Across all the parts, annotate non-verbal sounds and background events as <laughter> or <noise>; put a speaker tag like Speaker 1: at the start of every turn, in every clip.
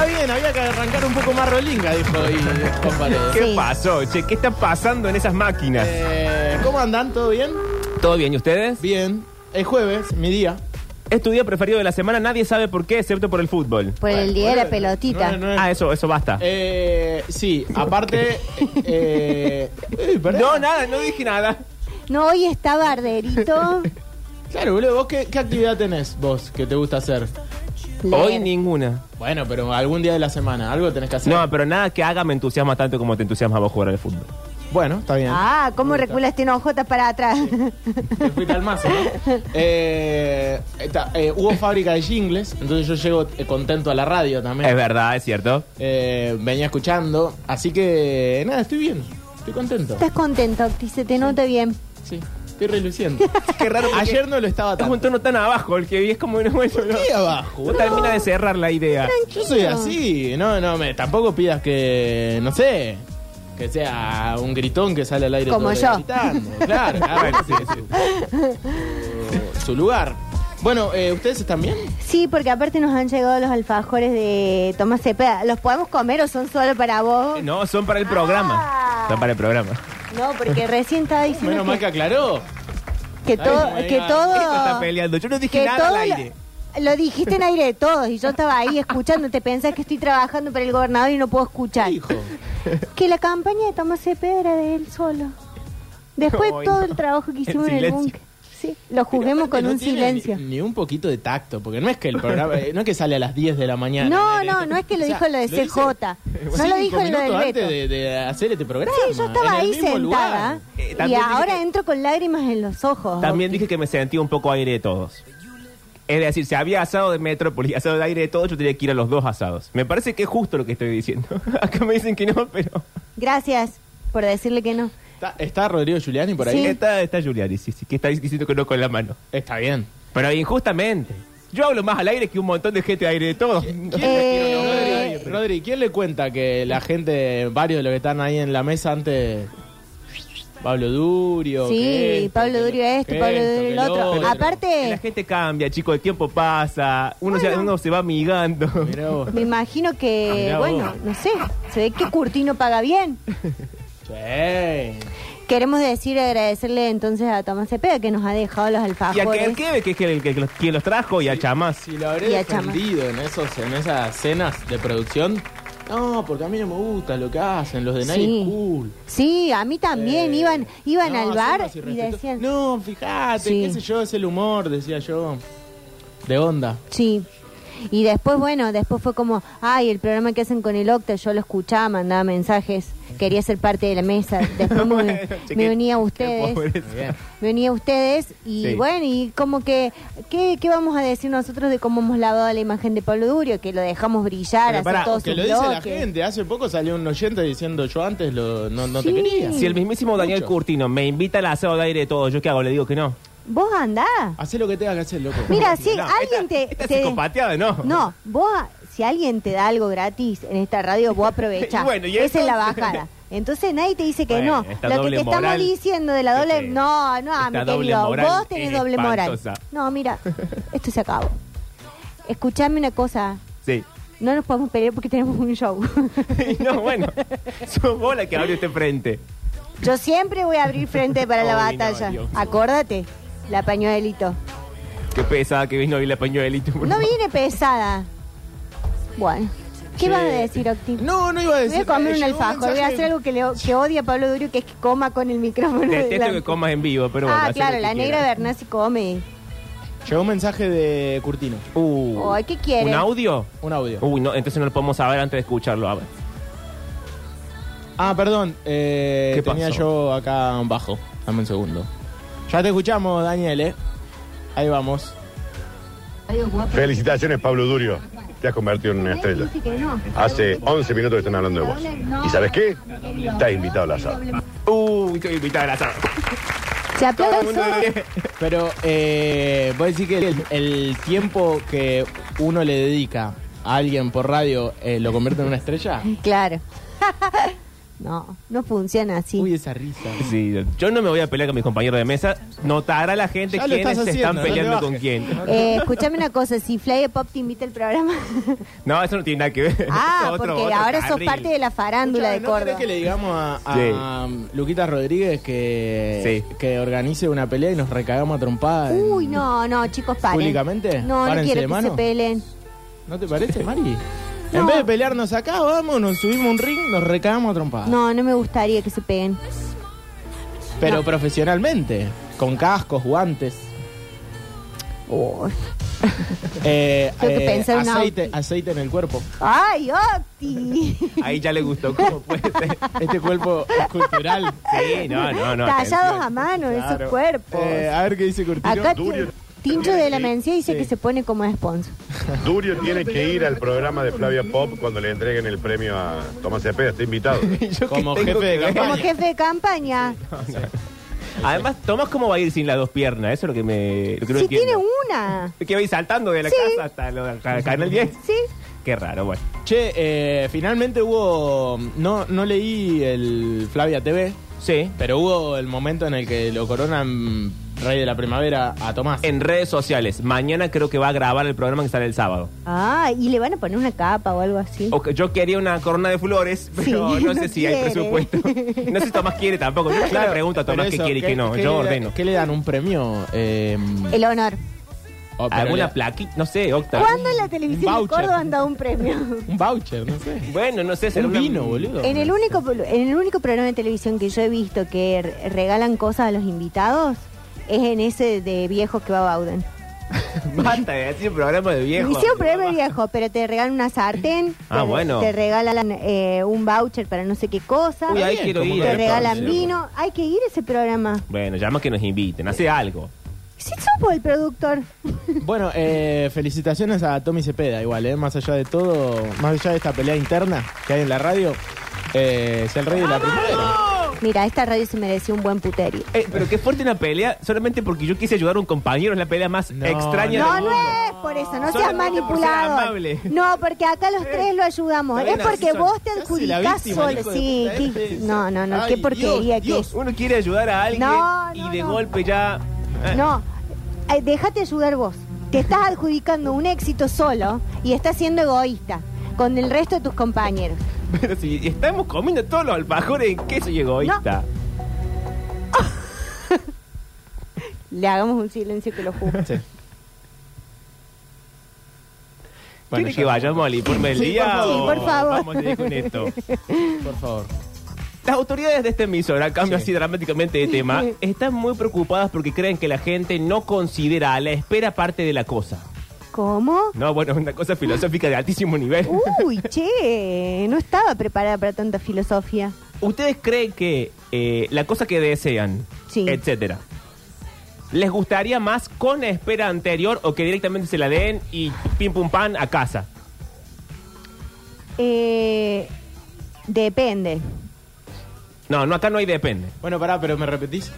Speaker 1: a arrancar un poco más rolinga, dijo y Juan Paredes.
Speaker 2: Sí.
Speaker 3: ¿Qué pasó? Che, ¿qué está pasando en esas máquinas?
Speaker 1: Eh, ¿Cómo andan? ¿Todo bien?
Speaker 3: ¿Todo bien? ¿Y ustedes?
Speaker 1: Bien. Es jueves, mi día.
Speaker 3: Es tu día preferido de la semana, nadie sabe por qué, excepto por el fútbol.
Speaker 2: Por el día de la
Speaker 1: Bueno,
Speaker 2: pelotita.
Speaker 1: no, no, no.
Speaker 3: Ah, eso, eso basta.
Speaker 1: Eh, sí, aparte. eh, uy, pará.
Speaker 3: No, nada, no dije nada.
Speaker 2: No, hoy
Speaker 1: <laughs>
Speaker 2: está barderito.
Speaker 1: Claro, boludo, ¿vos qué, qué actividad tenés vos que te gusta hacer?
Speaker 3: Hoy
Speaker 2: Leer.
Speaker 3: ninguna.
Speaker 1: Bueno, pero algún día de la semana, algo tenés que hacer.
Speaker 3: No, pero nada que haga me entusiasma tanto como te entusiasma vos jugar al fútbol.
Speaker 1: Bueno, está bien.
Speaker 2: Ah, cómo reculaste en ojotas para atrás.
Speaker 1: Te fuiste al mazo, ¿no? Eh, está, eh, hubo fábrica de jingles, entonces yo llego eh, contento a la radio
Speaker 3: Es
Speaker 1: también.
Speaker 3: verdad, es cierto.
Speaker 1: Eh, venía escuchando, así que nada, estoy bien, estoy contento.
Speaker 2: <laughs> Estás contento, Octi, se te nota bien.
Speaker 1: Sí, estoy reluciendo.
Speaker 3: Qué raro. porque
Speaker 1: Ayer no lo estaba
Speaker 3: Es un
Speaker 1: tanto.
Speaker 3: tono tan abajo el que vi, es como. No, bueno, no.
Speaker 1: Ahí abajo,
Speaker 3: Vos
Speaker 1: boludo.
Speaker 3: termina de cerrar la idea.
Speaker 1: Yo soy así, no, no, me, tampoco pidas que, no sé, que sea un gritón que sale al aire todo
Speaker 2: Como
Speaker 1: el
Speaker 2: yo.
Speaker 1: día gritando. Claro, claro, sí, sí.
Speaker 3: <laughs>
Speaker 1: Su- Su lugar. Bueno, eh, ¿ustedes están bien?
Speaker 2: Sí, porque aparte nos han llegado los alfajores de Tomás Cepeda. ¿Los podemos comer o son solo para
Speaker 1: Eh,
Speaker 2: vos?
Speaker 3: No, son para el
Speaker 2: Ah.
Speaker 3: programa. Son para el programa.
Speaker 2: No, porque recién estaba diciendo
Speaker 1: Menos mal que
Speaker 2: que,
Speaker 1: aclaró.
Speaker 2: que todo...
Speaker 1: Ay,
Speaker 2: Que
Speaker 1: no,
Speaker 3: Esto está
Speaker 2: todo
Speaker 3: peleando. Yo no dije
Speaker 2: Ah. que
Speaker 3: nada al
Speaker 2: todo
Speaker 3: aire.
Speaker 2: Lo, lo dijiste en aire de todos y yo estaba ahí escuchando. Te pensás que estoy trabajando para el gobernador y no puedo escuchar.
Speaker 1: Hijo.
Speaker 2: Que la campaña de Tomás Cepeda era de él solo. Después
Speaker 3: Ay,
Speaker 2: todo
Speaker 3: no.
Speaker 2: el trabajo que
Speaker 3: El
Speaker 2: hicimos en el
Speaker 3: silencio.
Speaker 2: búnker. Sí, lo juguemos con
Speaker 1: No
Speaker 2: un
Speaker 1: tiene
Speaker 2: silencio.
Speaker 1: Ni, ni un poquito de tacto, porque no es que el programa, eh, no es que sale a las 10 de la mañana.
Speaker 2: No,
Speaker 1: al aire.
Speaker 2: no, no es que lo
Speaker 1: O sea,
Speaker 2: dijo lo de
Speaker 1: dice
Speaker 2: CJ. No
Speaker 1: cinco
Speaker 2: lo dijo lo
Speaker 1: minutos
Speaker 2: del
Speaker 1: antes
Speaker 2: Beto.
Speaker 1: de, de hacer este programa.
Speaker 2: Sí, yo
Speaker 1: en
Speaker 2: estaba
Speaker 1: el
Speaker 2: ahí
Speaker 1: mismo
Speaker 2: sentada
Speaker 1: lugar.
Speaker 3: Eh,
Speaker 2: y
Speaker 3: también dije
Speaker 2: ahora
Speaker 3: que-
Speaker 2: entro con lágrimas en los ojos.
Speaker 3: También dije que me sentía un poco aire de todos. Es decir, si había asado de Metrópolis y asado de aire de todos, yo tenía que ir a los dos asados. Me parece que es justo lo que estoy diciendo. <laughs> Acá me dicen que no, pero.
Speaker 2: Gracias por decirle que no.
Speaker 1: ¿Está, está Rodrigo Giuliani por ahí?
Speaker 2: Sí.
Speaker 3: Está, está Giuliani, sí, sí, que está diciendo que no con la mano.
Speaker 1: Está bien.
Speaker 3: Pero injustamente. Yo hablo más al aire que un montón de gente de aire de todos.
Speaker 2: Eh,
Speaker 1: Rodri, Rodri, ¿quién le cuenta que la gente, varios de los que están ahí en la mesa antes... Pablo Durio.
Speaker 2: Sí,
Speaker 1: que esto,
Speaker 2: Pablo
Speaker 1: que lo-
Speaker 2: Durio esto,
Speaker 1: que
Speaker 2: Pablo
Speaker 1: esto,
Speaker 2: Durio
Speaker 1: que
Speaker 2: lo otro. Aparte- Eh.
Speaker 3: La gente cambia, chico, el tiempo pasa, uno, se, uno se va amigando.
Speaker 1: Mirá vos.
Speaker 2: Me imagino que,
Speaker 1: Mirá vos.
Speaker 2: bueno, no sé, se ve que Curtino paga bien.
Speaker 1: Sí.
Speaker 2: Queremos decir agradecerle entonces a Tomás Cepeda que nos ha dejado los
Speaker 3: Y a
Speaker 2: alfajores.
Speaker 3: que, que, que, que- que los, quien los trajo y a Chamás.
Speaker 1: Si lo habré
Speaker 2: Y a Chama.
Speaker 1: defendido en, esos, en esas cenas de producción, no, porque a mí no me gusta lo que hacen los de Night
Speaker 2: Sí.
Speaker 1: School.
Speaker 2: Sí, a mí también
Speaker 1: Eh,
Speaker 2: iban iban
Speaker 1: no,
Speaker 2: al
Speaker 1: son
Speaker 2: bar
Speaker 1: más
Speaker 2: y
Speaker 1: irrespetuosos.
Speaker 2: decían,
Speaker 1: No, fíjate,
Speaker 2: Sí.
Speaker 1: qué sé yo, es el humor, decía yo. De onda.
Speaker 2: sí. Y después, bueno, después fue como, ay, el programa que hacen con el Octa, yo lo escuchaba, mandaba mensajes, quería ser parte de la
Speaker 1: <laughs>
Speaker 2: mesa.
Speaker 3: <laughs>
Speaker 2: Después me-
Speaker 3: Bueno,
Speaker 2: me,
Speaker 3: che, qué-
Speaker 2: unía a
Speaker 3: qué
Speaker 2: ustedes.
Speaker 3: pobreza.
Speaker 2: <laughs> Me unía a ustedes y
Speaker 3: Sí.
Speaker 2: bueno, y como que, ¿qué, ¿qué vamos a decir nosotros de cómo hemos lavado la imagen de Pablo Durio? Que lo dejamos brillar,
Speaker 3: Pero
Speaker 2: hacer
Speaker 3: pará,
Speaker 2: todos
Speaker 1: Que
Speaker 2: sus
Speaker 1: lo dice la
Speaker 2: bloques.
Speaker 1: gente. Hace poco salió un oyente diciendo yo antes lo- no, no
Speaker 2: Sí.
Speaker 1: te quería.
Speaker 3: Si el mismísimo Daniel
Speaker 1: Mucho.
Speaker 3: Curtino me invita al asado de aire de todos, ¿yo qué hago? Le digo que no.
Speaker 2: Vos andá.
Speaker 1: Hacé lo que tengas que hacer, loco.
Speaker 2: Mira, si
Speaker 3: No,
Speaker 2: alguien
Speaker 3: esta-
Speaker 2: te...
Speaker 3: esta
Speaker 2: te-
Speaker 3: psicopateada, ¿no?
Speaker 2: No, vos, a- si alguien te da algo gratis en esta
Speaker 3: <laughs>
Speaker 2: radio, vos aprovechás.
Speaker 3: Y bueno, y
Speaker 2: Esa es la
Speaker 3: entonces-
Speaker 2: bajada. Entonces nadie te dice que
Speaker 3: Bueno, esta
Speaker 2: no. Lo que
Speaker 3: doble
Speaker 2: te
Speaker 3: moral-
Speaker 2: estamos diciendo de la doble.
Speaker 3: Este-
Speaker 2: no, no,
Speaker 3: esta
Speaker 2: mi
Speaker 3: doble
Speaker 2: querido.
Speaker 3: moral
Speaker 2: Vos tenés
Speaker 3: es
Speaker 2: doble moral.
Speaker 3: espantosa.
Speaker 2: No, mira, esto se acabó. Escuchame una cosa.
Speaker 3: Sí. <laughs>
Speaker 2: No nos podemos pelear porque tenemos un show. <laughs>
Speaker 3: Y no, bueno, sos vos la que abrió este frente.
Speaker 2: Yo siempre voy a abrir frente para la
Speaker 3: Ay, no,
Speaker 2: batalla.
Speaker 3: Dios.
Speaker 2: Acórdate, la pañuelito.
Speaker 3: Qué pesada que vino hoy la pañuelito. por
Speaker 2: No
Speaker 3: favor.
Speaker 2: viene pesada. Bueno, ¿qué
Speaker 1: Sí.
Speaker 2: vas a decir, Octi?
Speaker 1: No, no iba a
Speaker 2: Me Voy
Speaker 1: decir.
Speaker 2: a comer
Speaker 1: eh,
Speaker 2: un
Speaker 1: llegó
Speaker 2: alfajor, voy a
Speaker 1: mensaje-
Speaker 2: hacer algo que, le, que odia a Pablo Durio, que es que coma con el micrófono.
Speaker 3: Detesto
Speaker 2: delante.
Speaker 3: que comas en vivo, pero bueno.
Speaker 2: ah,
Speaker 3: hacé
Speaker 2: claro,
Speaker 3: lo que
Speaker 2: la negra
Speaker 3: quieras.
Speaker 2: Bernasi come.
Speaker 1: Llegó un mensaje de Curtino,
Speaker 3: Uh,
Speaker 2: Ay, ¿qué quiere?
Speaker 3: ¿Un audio?
Speaker 1: un audio.
Speaker 3: Uy, no, entonces no lo podemos saber antes de escucharlo. A ver.
Speaker 1: Ah, perdón. eh,
Speaker 3: ¿Qué
Speaker 1: tenía
Speaker 3: pasó?
Speaker 1: yo acá un bajo. Dame un segundo. Ya te escuchamos, Daniel, ¿eh? Ahí vamos.
Speaker 4: Felicitaciones, Pablo Durio. Te has convertido en una estrella. Hace 11 minutos que están hablando de vos. ¿Y sabes qué? Estás invitado a la sala.
Speaker 3: Uy, estoy invitada a la sala.
Speaker 2: Se aplaude
Speaker 3: Uno de diez.
Speaker 1: Pero eh, voy a decir que el, el tiempo que uno le dedica a alguien por radio eh, lo convierte en una estrella.
Speaker 2: Claro. <laughs> No, no funciona así.
Speaker 1: Uy, esa risa.
Speaker 3: Sí, yo no me voy a pelear con mis compañeros de mesa. Notará la gente
Speaker 1: Ya lo
Speaker 3: quiénes
Speaker 1: estás
Speaker 3: se
Speaker 1: haciendo,
Speaker 3: están
Speaker 1: no
Speaker 3: peleando
Speaker 1: le
Speaker 3: con
Speaker 1: bajes.
Speaker 3: quién.
Speaker 2: Eh, escuchame una cosa, si Flavia Pop te invita al
Speaker 3: <laughs>
Speaker 2: programa.
Speaker 3: No, eso no tiene nada que ver. <laughs>
Speaker 2: ah,
Speaker 3: Otro-
Speaker 2: porque
Speaker 3: otro
Speaker 2: ahora sos
Speaker 3: carril.
Speaker 2: parte de la farándula
Speaker 1: Escuchame,
Speaker 2: de
Speaker 1: ¿no querés
Speaker 2: Córdoba.
Speaker 1: que le digamos a, a Luquita Rodríguez que,
Speaker 3: Sí.
Speaker 1: que organice una pelea y nos recagamos a trompadas? en-
Speaker 2: Uy, no, no, chicos, paren.
Speaker 1: ¿Públicamente?
Speaker 2: No, no
Speaker 1: Párense
Speaker 2: quiero
Speaker 1: de
Speaker 2: que
Speaker 1: mano.
Speaker 2: se peleen.
Speaker 1: ¿No te parece, Mari?
Speaker 2: <laughs> No.
Speaker 1: En vez de pelearnos acá, vamos, nos subimos un ring, nos recagamos a
Speaker 3: Ah.
Speaker 1: trompadas.
Speaker 2: No, no me gustaría que se peguen.
Speaker 1: Pero
Speaker 2: no.
Speaker 1: profesionalmente, con cascos,
Speaker 2: <laughs>
Speaker 1: guantes.
Speaker 2: Uy.
Speaker 1: eh,
Speaker 2: Tengo que
Speaker 1: eh,
Speaker 2: pensar un
Speaker 1: aceite,
Speaker 2: outfit.
Speaker 1: aceite en el
Speaker 2: <laughs>
Speaker 1: cuerpo.
Speaker 2: ¡Ay, Octi!
Speaker 3: Ahí ya le gustó. ¿Cómo
Speaker 2: <laughs>
Speaker 3: puede ser?
Speaker 1: Este cuerpo es cultural.
Speaker 3: Sí, no, no, no.
Speaker 2: Tallados a
Speaker 3: atención.
Speaker 2: mano esos
Speaker 1: Claro.
Speaker 2: cuerpos.
Speaker 1: Eh, a ver qué dice Curtino. <laughs>
Speaker 2: Acá ti-
Speaker 4: Duriel.
Speaker 2: Tincho de la Mencía dice
Speaker 1: Sí.
Speaker 2: que se pone como sponsor.
Speaker 4: Durio tiene que ir al programa de Flavia Pop cuando le entreguen el premio a Tomás Cepeda. Está invitado.
Speaker 3: Yo
Speaker 1: Como
Speaker 3: que tengo
Speaker 1: jefe de
Speaker 3: que ver.
Speaker 1: campaña.
Speaker 2: Como jefe de campaña.
Speaker 3: Además, Tomás, ¿cómo va a ir sin las dos piernas? Eso es lo que me. Lo que no
Speaker 2: Si
Speaker 3: entiendo.
Speaker 2: tiene una.
Speaker 3: Es que va a ir saltando de la
Speaker 2: Sí.
Speaker 3: casa hasta, lo- hasta Canal 10.
Speaker 2: Sí.
Speaker 3: Qué raro, bueno.
Speaker 1: Che, eh, finalmente hubo. No, no leí el Flavia TV,
Speaker 3: Sí.
Speaker 1: pero hubo el momento en el que lo coronan Rey de la Primavera a Tomás.
Speaker 3: En redes sociales. Mañana creo que va a grabar el programa que sale el sábado.
Speaker 2: Ah, y le van a poner una capa o algo así.
Speaker 3: Ok, yo quería una corona de flores, pero
Speaker 2: <laughs> Sí,
Speaker 3: no sé
Speaker 2: no
Speaker 3: si hay
Speaker 2: quiere.
Speaker 3: presupuesto. No sé si Tomás quiere tampoco. Yo le pregunto a Tomás
Speaker 1: pero
Speaker 3: qué
Speaker 1: eso,
Speaker 3: quiere y qué no. yo
Speaker 1: le da-
Speaker 3: ordeno.
Speaker 1: ¿Qué le dan? ¿Un premio? Eh,
Speaker 2: El honor.
Speaker 1: oh, pero
Speaker 3: ¿Alguna
Speaker 1: le-
Speaker 3: plaquita? No sé, Octa.
Speaker 2: ¿Cuándo en la televisión de
Speaker 1: voucher.
Speaker 2: Córdoba han dado
Speaker 3: <laughs>
Speaker 2: un premio?
Speaker 1: Un voucher, no sé.
Speaker 3: Bueno, no sé. será
Speaker 1: Un
Speaker 3: una-
Speaker 1: vino, boludo.
Speaker 2: En el único en el único programa de televisión que yo he visto que re- regalan cosas a los invitados es en ese de viejos que va Bauden.
Speaker 3: <laughs> Basta de decir programa de viejo.
Speaker 2: Hicieron un programa de viejo, pero te regalan una sartén,
Speaker 3: Ah,
Speaker 2: te,
Speaker 3: bueno.
Speaker 2: te regalan eh, un voucher para no sé qué cosa,
Speaker 3: Uy, ahí
Speaker 1: Bien,
Speaker 3: quiero
Speaker 1: como
Speaker 3: ir.
Speaker 1: una de
Speaker 2: te regalan
Speaker 1: Pablo.
Speaker 2: vino. Hay que ir a ese programa.
Speaker 3: Bueno, llama que nos inviten. Hace algo.
Speaker 2: Si somos el productor.
Speaker 1: Bueno, eh, felicitaciones a Tommy Cepeda, igual, eh, más allá de todo, más allá de esta pelea interna que hay en la radio, eh, es el rey de la primavera.
Speaker 2: Mira, esta radio se mereció un buen puterio.
Speaker 3: Eh, pero qué fuerte una pelea solamente porque yo quise ayudar a un compañero. Es la pelea más
Speaker 1: No,
Speaker 3: extraña
Speaker 2: No,
Speaker 3: del
Speaker 2: no
Speaker 3: mundo.
Speaker 2: es por eso, no seas
Speaker 3: Solamente por ser
Speaker 2: manipulado.
Speaker 3: amable.
Speaker 2: No, porque acá los tres lo ayudamos.
Speaker 3: Está
Speaker 2: Es
Speaker 3: bien,
Speaker 2: porque
Speaker 3: así son.
Speaker 2: vos te
Speaker 1: Casi la
Speaker 2: adjudicás
Speaker 1: víctima,
Speaker 2: solo.
Speaker 1: hijo de
Speaker 2: Sí,
Speaker 1: puta
Speaker 2: qué-
Speaker 1: este.
Speaker 2: no, no, no,
Speaker 1: Ay,
Speaker 2: qué porquería
Speaker 1: Dios,
Speaker 2: que
Speaker 1: Dios.
Speaker 2: es.
Speaker 3: Uno quiere ayudar a alguien
Speaker 2: No,
Speaker 3: y
Speaker 2: no,
Speaker 3: de
Speaker 2: no.
Speaker 3: golpe ya. eh,
Speaker 2: No, eh, déjate ayudar vos. Te estás adjudicando un éxito solo y estás siendo egoísta con el resto de tus compañeros.
Speaker 3: <laughs> Pero si estamos comiendo todos los alfajores, ¿en qué soy egoísta?
Speaker 2: Le hagamos un silencio que lo juzgue.
Speaker 1: Sí.
Speaker 3: ¿Quiere que
Speaker 1: ya,
Speaker 3: vayamos al informe del
Speaker 2: Sí,
Speaker 3: día? o
Speaker 2: por favor. Sí, por favor.
Speaker 3: Vamos a seguir con
Speaker 2: <laughs>
Speaker 3: esto.
Speaker 1: Por favor.
Speaker 3: Las autoridades de esta emisora, cambio
Speaker 1: Sí.
Speaker 3: así dramáticamente de tema, están muy preocupadas porque creen que la gente no considera a la espera parte de la cosa.
Speaker 2: ¿Cómo?
Speaker 3: No, bueno, es una cosa filosófica de altísimo nivel.
Speaker 1: Uh.
Speaker 2: Uy, che, no estaba preparada para tanta filosofía.
Speaker 3: <laughs> ¿Ustedes creen que eh, la cosa que desean,
Speaker 2: Sí.
Speaker 3: etcétera, les gustaría más con espera anterior o que directamente se la den y pim pum pan a casa?
Speaker 2: Eh, depende.
Speaker 3: No, no, acá no hay depende.
Speaker 1: Bueno, pará, pero ¿me repetís?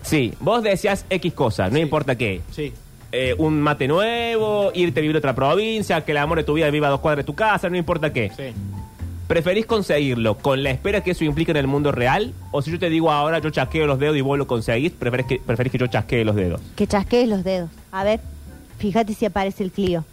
Speaker 3: Sí, vos decías X cosa, no importa qué.
Speaker 1: Sí.
Speaker 3: Eh, un mate nuevo, irte a vivir a otra provincia, que el amor de tu vida viva a dos cuadras de tu casa, no importa qué.
Speaker 1: Sí.
Speaker 3: ¿Preferís conseguirlo con la espera que eso implica en el mundo real? O si yo te digo ahora yo chasqueo los dedos y vos lo conseguís, ¿preferís que, preferís que yo chasquee los dedos?
Speaker 2: Que chasquees los dedos. A ver, fíjate si aparece
Speaker 3: <laughs>
Speaker 2: el Clio.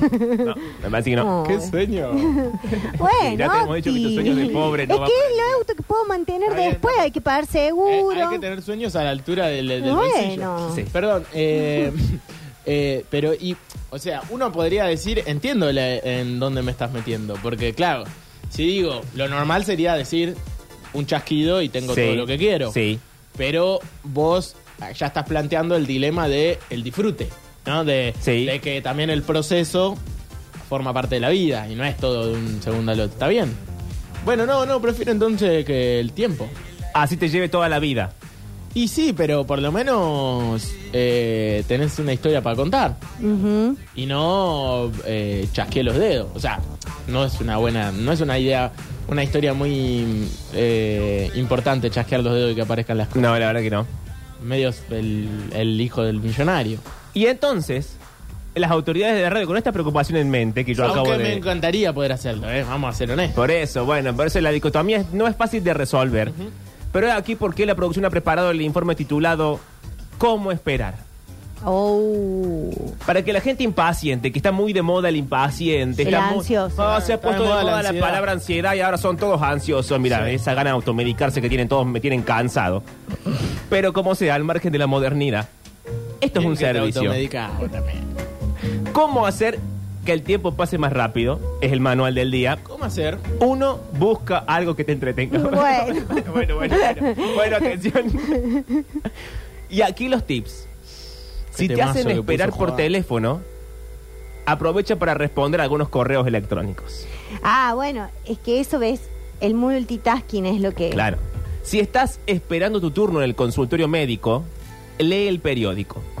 Speaker 3: No, me parece que no.
Speaker 2: Oh.
Speaker 1: ¿Qué
Speaker 2: <laughs>
Speaker 1: sueño? Eh,
Speaker 2: Bueno,
Speaker 3: Ya te hemos dicho que tu
Speaker 2: Octi.
Speaker 3: sueño de pobre no
Speaker 2: es
Speaker 3: va
Speaker 2: que
Speaker 3: por
Speaker 2: es lo auto que puedo mantener
Speaker 1: Está bien.
Speaker 2: después. Hay que pagar
Speaker 1: Eh,
Speaker 2: seguro.
Speaker 1: hay que tener sueños a la altura del, del
Speaker 2: Bueno.
Speaker 1: bolsillo.
Speaker 3: Sí.
Speaker 1: Perdón,
Speaker 2: <laughs>
Speaker 1: eh, <laughs> eh, pero y, o sea, uno podría decir, entiendo la- en dónde me estás metiendo, porque claro, si digo, lo normal sería decir un chasquido y tengo
Speaker 3: Sí,
Speaker 1: todo lo que quiero.
Speaker 3: Sí.
Speaker 1: Pero vos ah, ya estás planteando el dilema de el disfrute, ¿no? De,
Speaker 3: Sí.
Speaker 1: de que también el proceso forma parte de la vida y no es todo de un segundo al otro. ¿Está bien? Bueno, no, no, prefiero entonces que el tiempo.
Speaker 3: Así te lleve toda la vida.
Speaker 1: Y sí, pero por lo menos eh, tenés una historia para contar
Speaker 2: Ujú.
Speaker 1: y no eh, chasqueé los dedos. O sea, no es una buena, no es una idea, una historia muy eh, importante chasquear los dedos y que aparezcan las
Speaker 3: No, la verdad que no.
Speaker 1: medios el, el hijo del millonario.
Speaker 3: Y entonces, las autoridades de la radio con esta preocupación en mente que yo acabo
Speaker 1: Aunque
Speaker 3: de...
Speaker 1: me encantaría poder hacerlo, ¿eh? vamos a ser honestos.
Speaker 3: Por eso, bueno, por eso la dicotomía es- no es fácil de resolver. Pero aquí porque la producción ha preparado el informe titulado ¿Cómo esperar?
Speaker 2: Oh.
Speaker 3: Para que la gente impaciente, que está muy de moda el impaciente,
Speaker 2: El
Speaker 3: está muy-
Speaker 2: ansioso.
Speaker 3: Ah, se ha
Speaker 1: Está
Speaker 3: puesto
Speaker 1: de
Speaker 3: de
Speaker 1: moda
Speaker 3: moda
Speaker 1: la
Speaker 3: la,
Speaker 1: ansiedad.
Speaker 3: palabra ansiedad y ahora son todos ansiosos. Mira, esa gana de automedicarse que tienen todos me tienen cansado. Pero como sea, al margen de la modernidad, esto es un
Speaker 1: Bien que te
Speaker 3: servicio.
Speaker 1: automedicás, vos también.
Speaker 3: ¿Cómo hacer que el tiempo pase más rápido? Es el manual del día.
Speaker 1: ¿Cómo hacer?
Speaker 3: Uno busca algo que te entretenga. <laughs>
Speaker 2: <laughs> Bueno.
Speaker 3: bueno, bueno, bueno. Bueno, atención. <laughs> y aquí los tips. Si te
Speaker 1: temazo
Speaker 3: hacen
Speaker 1: que
Speaker 3: esperar
Speaker 1: puso
Speaker 3: por
Speaker 1: Joda.
Speaker 3: teléfono, aprovecha para responder algunos correos electrónicos.
Speaker 2: Ah, bueno, es que eso ves, el multitasking es lo que...
Speaker 3: Claro. Si estás esperando tu turno en el consultorio médico, lee el periódico. <laughs>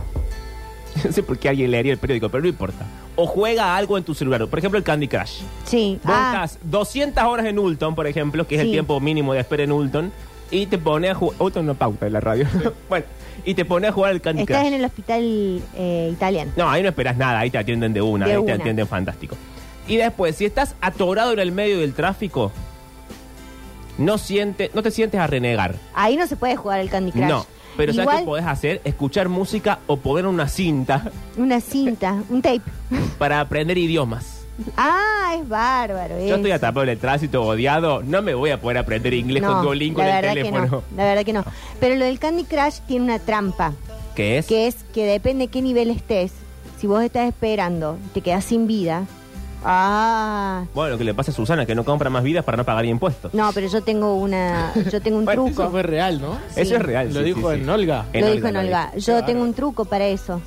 Speaker 3: No sé por qué alguien leería el periódico, pero no importa. O juega algo en tu celular. Por ejemplo, el Candy Crush.
Speaker 2: Sí.
Speaker 3: Vos
Speaker 2: Ah,
Speaker 3: estás 200 horas en Ulton, por ejemplo, que es el
Speaker 2: Sí.
Speaker 3: tiempo mínimo de espera en Ulton, y te pone a jugar. Ulton no pauta en la radio. <laughs> bueno, y te pone a jugar el Candy
Speaker 2: estás
Speaker 3: Crush.
Speaker 2: en el hospital eh, italiano.
Speaker 3: No, ahí no esperas nada, ahí te atienden de una,
Speaker 2: De
Speaker 3: ahí te
Speaker 2: una.
Speaker 3: atienden fantástico. Y después, si estás atorado en el medio del tráfico, no, siente, no te sientes a renegar.
Speaker 2: Ahí no se puede jugar el Candy Crush.
Speaker 3: No. Pero ¿sabes
Speaker 2: Igual,
Speaker 3: qué podés hacer? Escuchar música o poner una cinta <laughs>
Speaker 2: una cinta, un tape. <laughs>
Speaker 3: para aprender idiomas.
Speaker 2: Ah, es bárbaro.
Speaker 3: Yo estoy atrapado en el tránsito odiado, no me voy a poder aprender inglés con Duolingo en el teléfono.
Speaker 2: Que no, la verdad que no. Pero lo del Candy Crush tiene una trampa,
Speaker 3: ¿Qué es?
Speaker 2: que es que depende qué nivel estés. Si vos estás esperando y te quedas sin vida. Ah.
Speaker 3: Bueno, lo que le pasa a Susana, que no compra más vidas para no pagar impuestos.
Speaker 2: No, pero yo tengo una yo tengo
Speaker 3: <laughs>
Speaker 2: un
Speaker 3: Bueno,
Speaker 1: Eso
Speaker 2: truco.
Speaker 1: fue real, ¿no?
Speaker 3: Eso
Speaker 2: Sí.
Speaker 3: es real.
Speaker 1: Lo
Speaker 3: sí,
Speaker 1: dijo
Speaker 3: sí, sí.
Speaker 1: en Olga.
Speaker 3: Eh,
Speaker 2: Lo
Speaker 3: En
Speaker 2: dijo en
Speaker 3: Olga, lo
Speaker 2: Olga. Yo tengo un truco para eso.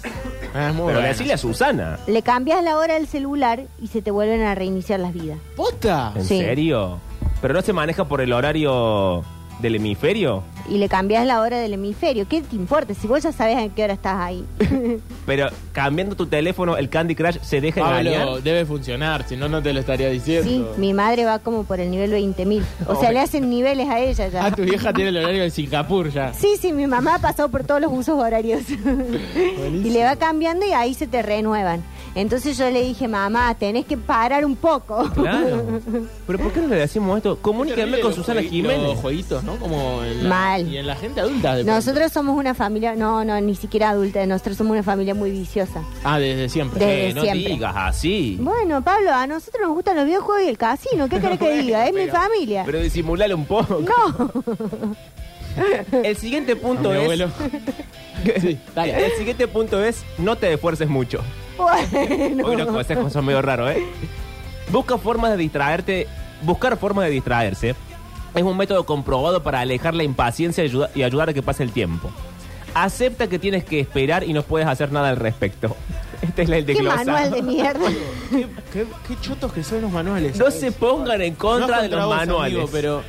Speaker 1: Ah, es muy bueno.
Speaker 3: Pero decirle a Susana.
Speaker 2: Le cambias la hora del celular y se te vuelven a reiniciar las vidas.
Speaker 1: ¡Posta!
Speaker 3: ¿En
Speaker 2: Sí.
Speaker 3: serio? ¿Pero no se maneja por el horario del hemisferio?
Speaker 2: Y le cambias la hora del hemisferio. ¿Qué te importa si vos ya sabes a qué hora estás ahí?
Speaker 3: Pero cambiando tu teléfono, el Candy Crush se deja engañar.
Speaker 1: Pablo, debe funcionar, si no, no te lo estaría
Speaker 2: Sí,
Speaker 1: diciendo.
Speaker 2: mi madre va como por el nivel 20.000. O sea, le hacen niveles a ella ya.
Speaker 1: Ah, tu vieja tiene el horario de Singapur ya.
Speaker 2: Sí, sí, mi mamá ha pasado por todos los usos horarios. <laughs> y le va cambiando y ahí se te renuevan. Entonces yo le dije, mamá, tenés que parar un poco.
Speaker 1: <laughs>
Speaker 3: Claro. ¿Pero por qué no le decimos esto? Comuníquenme
Speaker 1: Terrible
Speaker 3: con
Speaker 1: los
Speaker 3: Susana
Speaker 1: juegui-
Speaker 3: Jiménez. Eh,
Speaker 1: Los jueguitos, ¿no? Como en la,
Speaker 2: Mal.
Speaker 1: Y en la gente adulta. de pronto.
Speaker 2: Nosotros somos una familia, no, no, ni siquiera adulta, nosotros somos una familia muy viciosa.
Speaker 1: Ah, desde siempre.
Speaker 2: De-
Speaker 3: Eh, no
Speaker 2: siempre.
Speaker 3: digas así.
Speaker 2: Bueno, Pablo, a nosotros nos gustan los videojuegos y el casino, ¿qué querés
Speaker 3: <laughs>
Speaker 2: que diga? Es mi familia.
Speaker 3: Pero disimulale un poco.
Speaker 2: No,
Speaker 3: <laughs> El siguiente
Speaker 1: A
Speaker 3: punto
Speaker 1: mi
Speaker 3: es. <laughs>
Speaker 1: abuelo. sí, dale.
Speaker 3: El siguiente punto es no te esfuerces mucho. Hoy los
Speaker 2: <laughs> bueno.
Speaker 3: consejos son medio raros, ¿eh? Busca formas de distraerte. Buscar formas de distraerse es un método comprobado para alejar la impaciencia y ayuda- y ayudar a que pase el tiempo. Acepta que tienes que esperar y no puedes hacer nada al respecto. <laughs> Este es el de
Speaker 2: Qué manual
Speaker 3: <laughs>
Speaker 2: de mierda.
Speaker 1: ¿Qué, qué, qué chotos que son los manuales.
Speaker 3: No se pongan en contra
Speaker 1: No
Speaker 3: de los
Speaker 1: vos,
Speaker 3: manuales.
Speaker 1: amigo, pero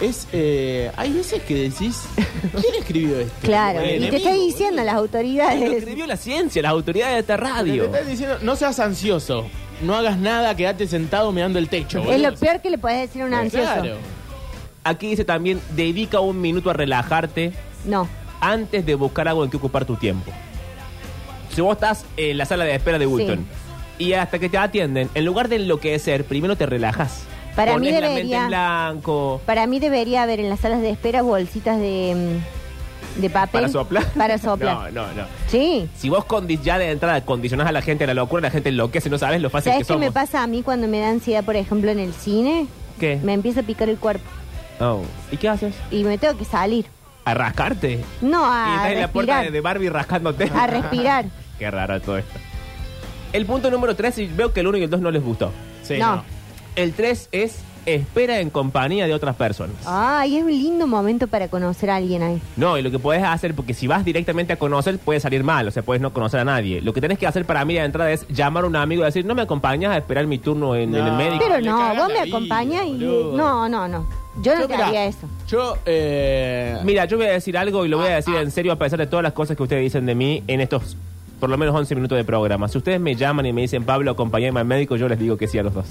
Speaker 1: es. eh, hay veces que decís. ¿Quién escribió esto?
Speaker 2: Claro,
Speaker 1: El
Speaker 2: y te
Speaker 1: enemigo,
Speaker 2: estoy diciendo las
Speaker 3: Lo
Speaker 2: autoridades.
Speaker 3: escribió la ciencia, las autoridades de esta
Speaker 1: Pero Te
Speaker 3: radio.
Speaker 1: estás diciendo, no seas ansioso. No hagas nada, quédate sentado mirando el techo.
Speaker 2: Es
Speaker 1: boludo.
Speaker 2: lo peor que le podés decir a un
Speaker 1: Claro.
Speaker 2: ansioso.
Speaker 3: Aquí dice también, dedica un minuto a relajarte
Speaker 2: No.
Speaker 3: antes de buscar algo en que ocupar tu tiempo. Si vos estás en la sala de espera de Wilton y hasta que te atienden, en lugar de enloquecer, primero te relajas.
Speaker 2: Para mí
Speaker 3: Ponés la
Speaker 2: debería-
Speaker 3: mente en blanco.
Speaker 2: Para mí debería haber en las salas de espera bolsitas de, mm, de papel.
Speaker 3: ¿Para soplar?
Speaker 2: <laughs> Para soplar.
Speaker 3: No, <laughs> no, no.
Speaker 2: Sí.
Speaker 3: Si vos condi- ya de entrada condicionás a la gente a la locura, la gente enloquece, no sabes lo fácil
Speaker 2: ¿Sabes
Speaker 3: que
Speaker 2: qué
Speaker 3: somos.
Speaker 2: me pasa a mí cuando me da ansiedad, por ejemplo, en el cine?
Speaker 3: ¿Qué?
Speaker 2: Me empieza a picar el cuerpo
Speaker 3: Oh. ¿Y qué haces?
Speaker 2: y me tengo que salir.
Speaker 3: A rascarte.
Speaker 2: No,
Speaker 3: y
Speaker 2: a
Speaker 3: estás en la puerta de-
Speaker 2: respirar.
Speaker 3: de Barbie rascándote.
Speaker 2: A respirar.
Speaker 3: Qué raro todo esto. El punto número 3, y veo que el 1 y el 2 no les gustó.
Speaker 1: Sí,
Speaker 2: No.
Speaker 1: no.
Speaker 3: El 3 es espera en compañía de otras personas.
Speaker 2: Ay, es un lindo momento para conocer a alguien ahí.
Speaker 3: No, y lo que puedes hacer, porque si vas directamente a conocer, puede salir mal, o sea, puedes no conocer a nadie. Lo que tenés que hacer para mí de entrada es llamar a un amigo y decir, no me acompañas a esperar mi turno en, en el
Speaker 1: No.
Speaker 3: médico.
Speaker 2: Pero
Speaker 1: le
Speaker 2: no,
Speaker 1: cagás
Speaker 2: vos
Speaker 1: la
Speaker 2: me
Speaker 1: vida,
Speaker 2: acompañás y...
Speaker 1: boludo.
Speaker 2: No, no, no. Yo no te
Speaker 1: mirá,
Speaker 2: haría eso.
Speaker 1: Yo, eh.
Speaker 3: Mira, yo voy a decir algo y lo voy a decir en serio a pesar de todas las cosas que ustedes dicen de mí en estos por lo menos 11 minutos de programa. Si ustedes me llaman y me dicen, Pablo, acompáñame al médico, yo les digo que sí a los dos.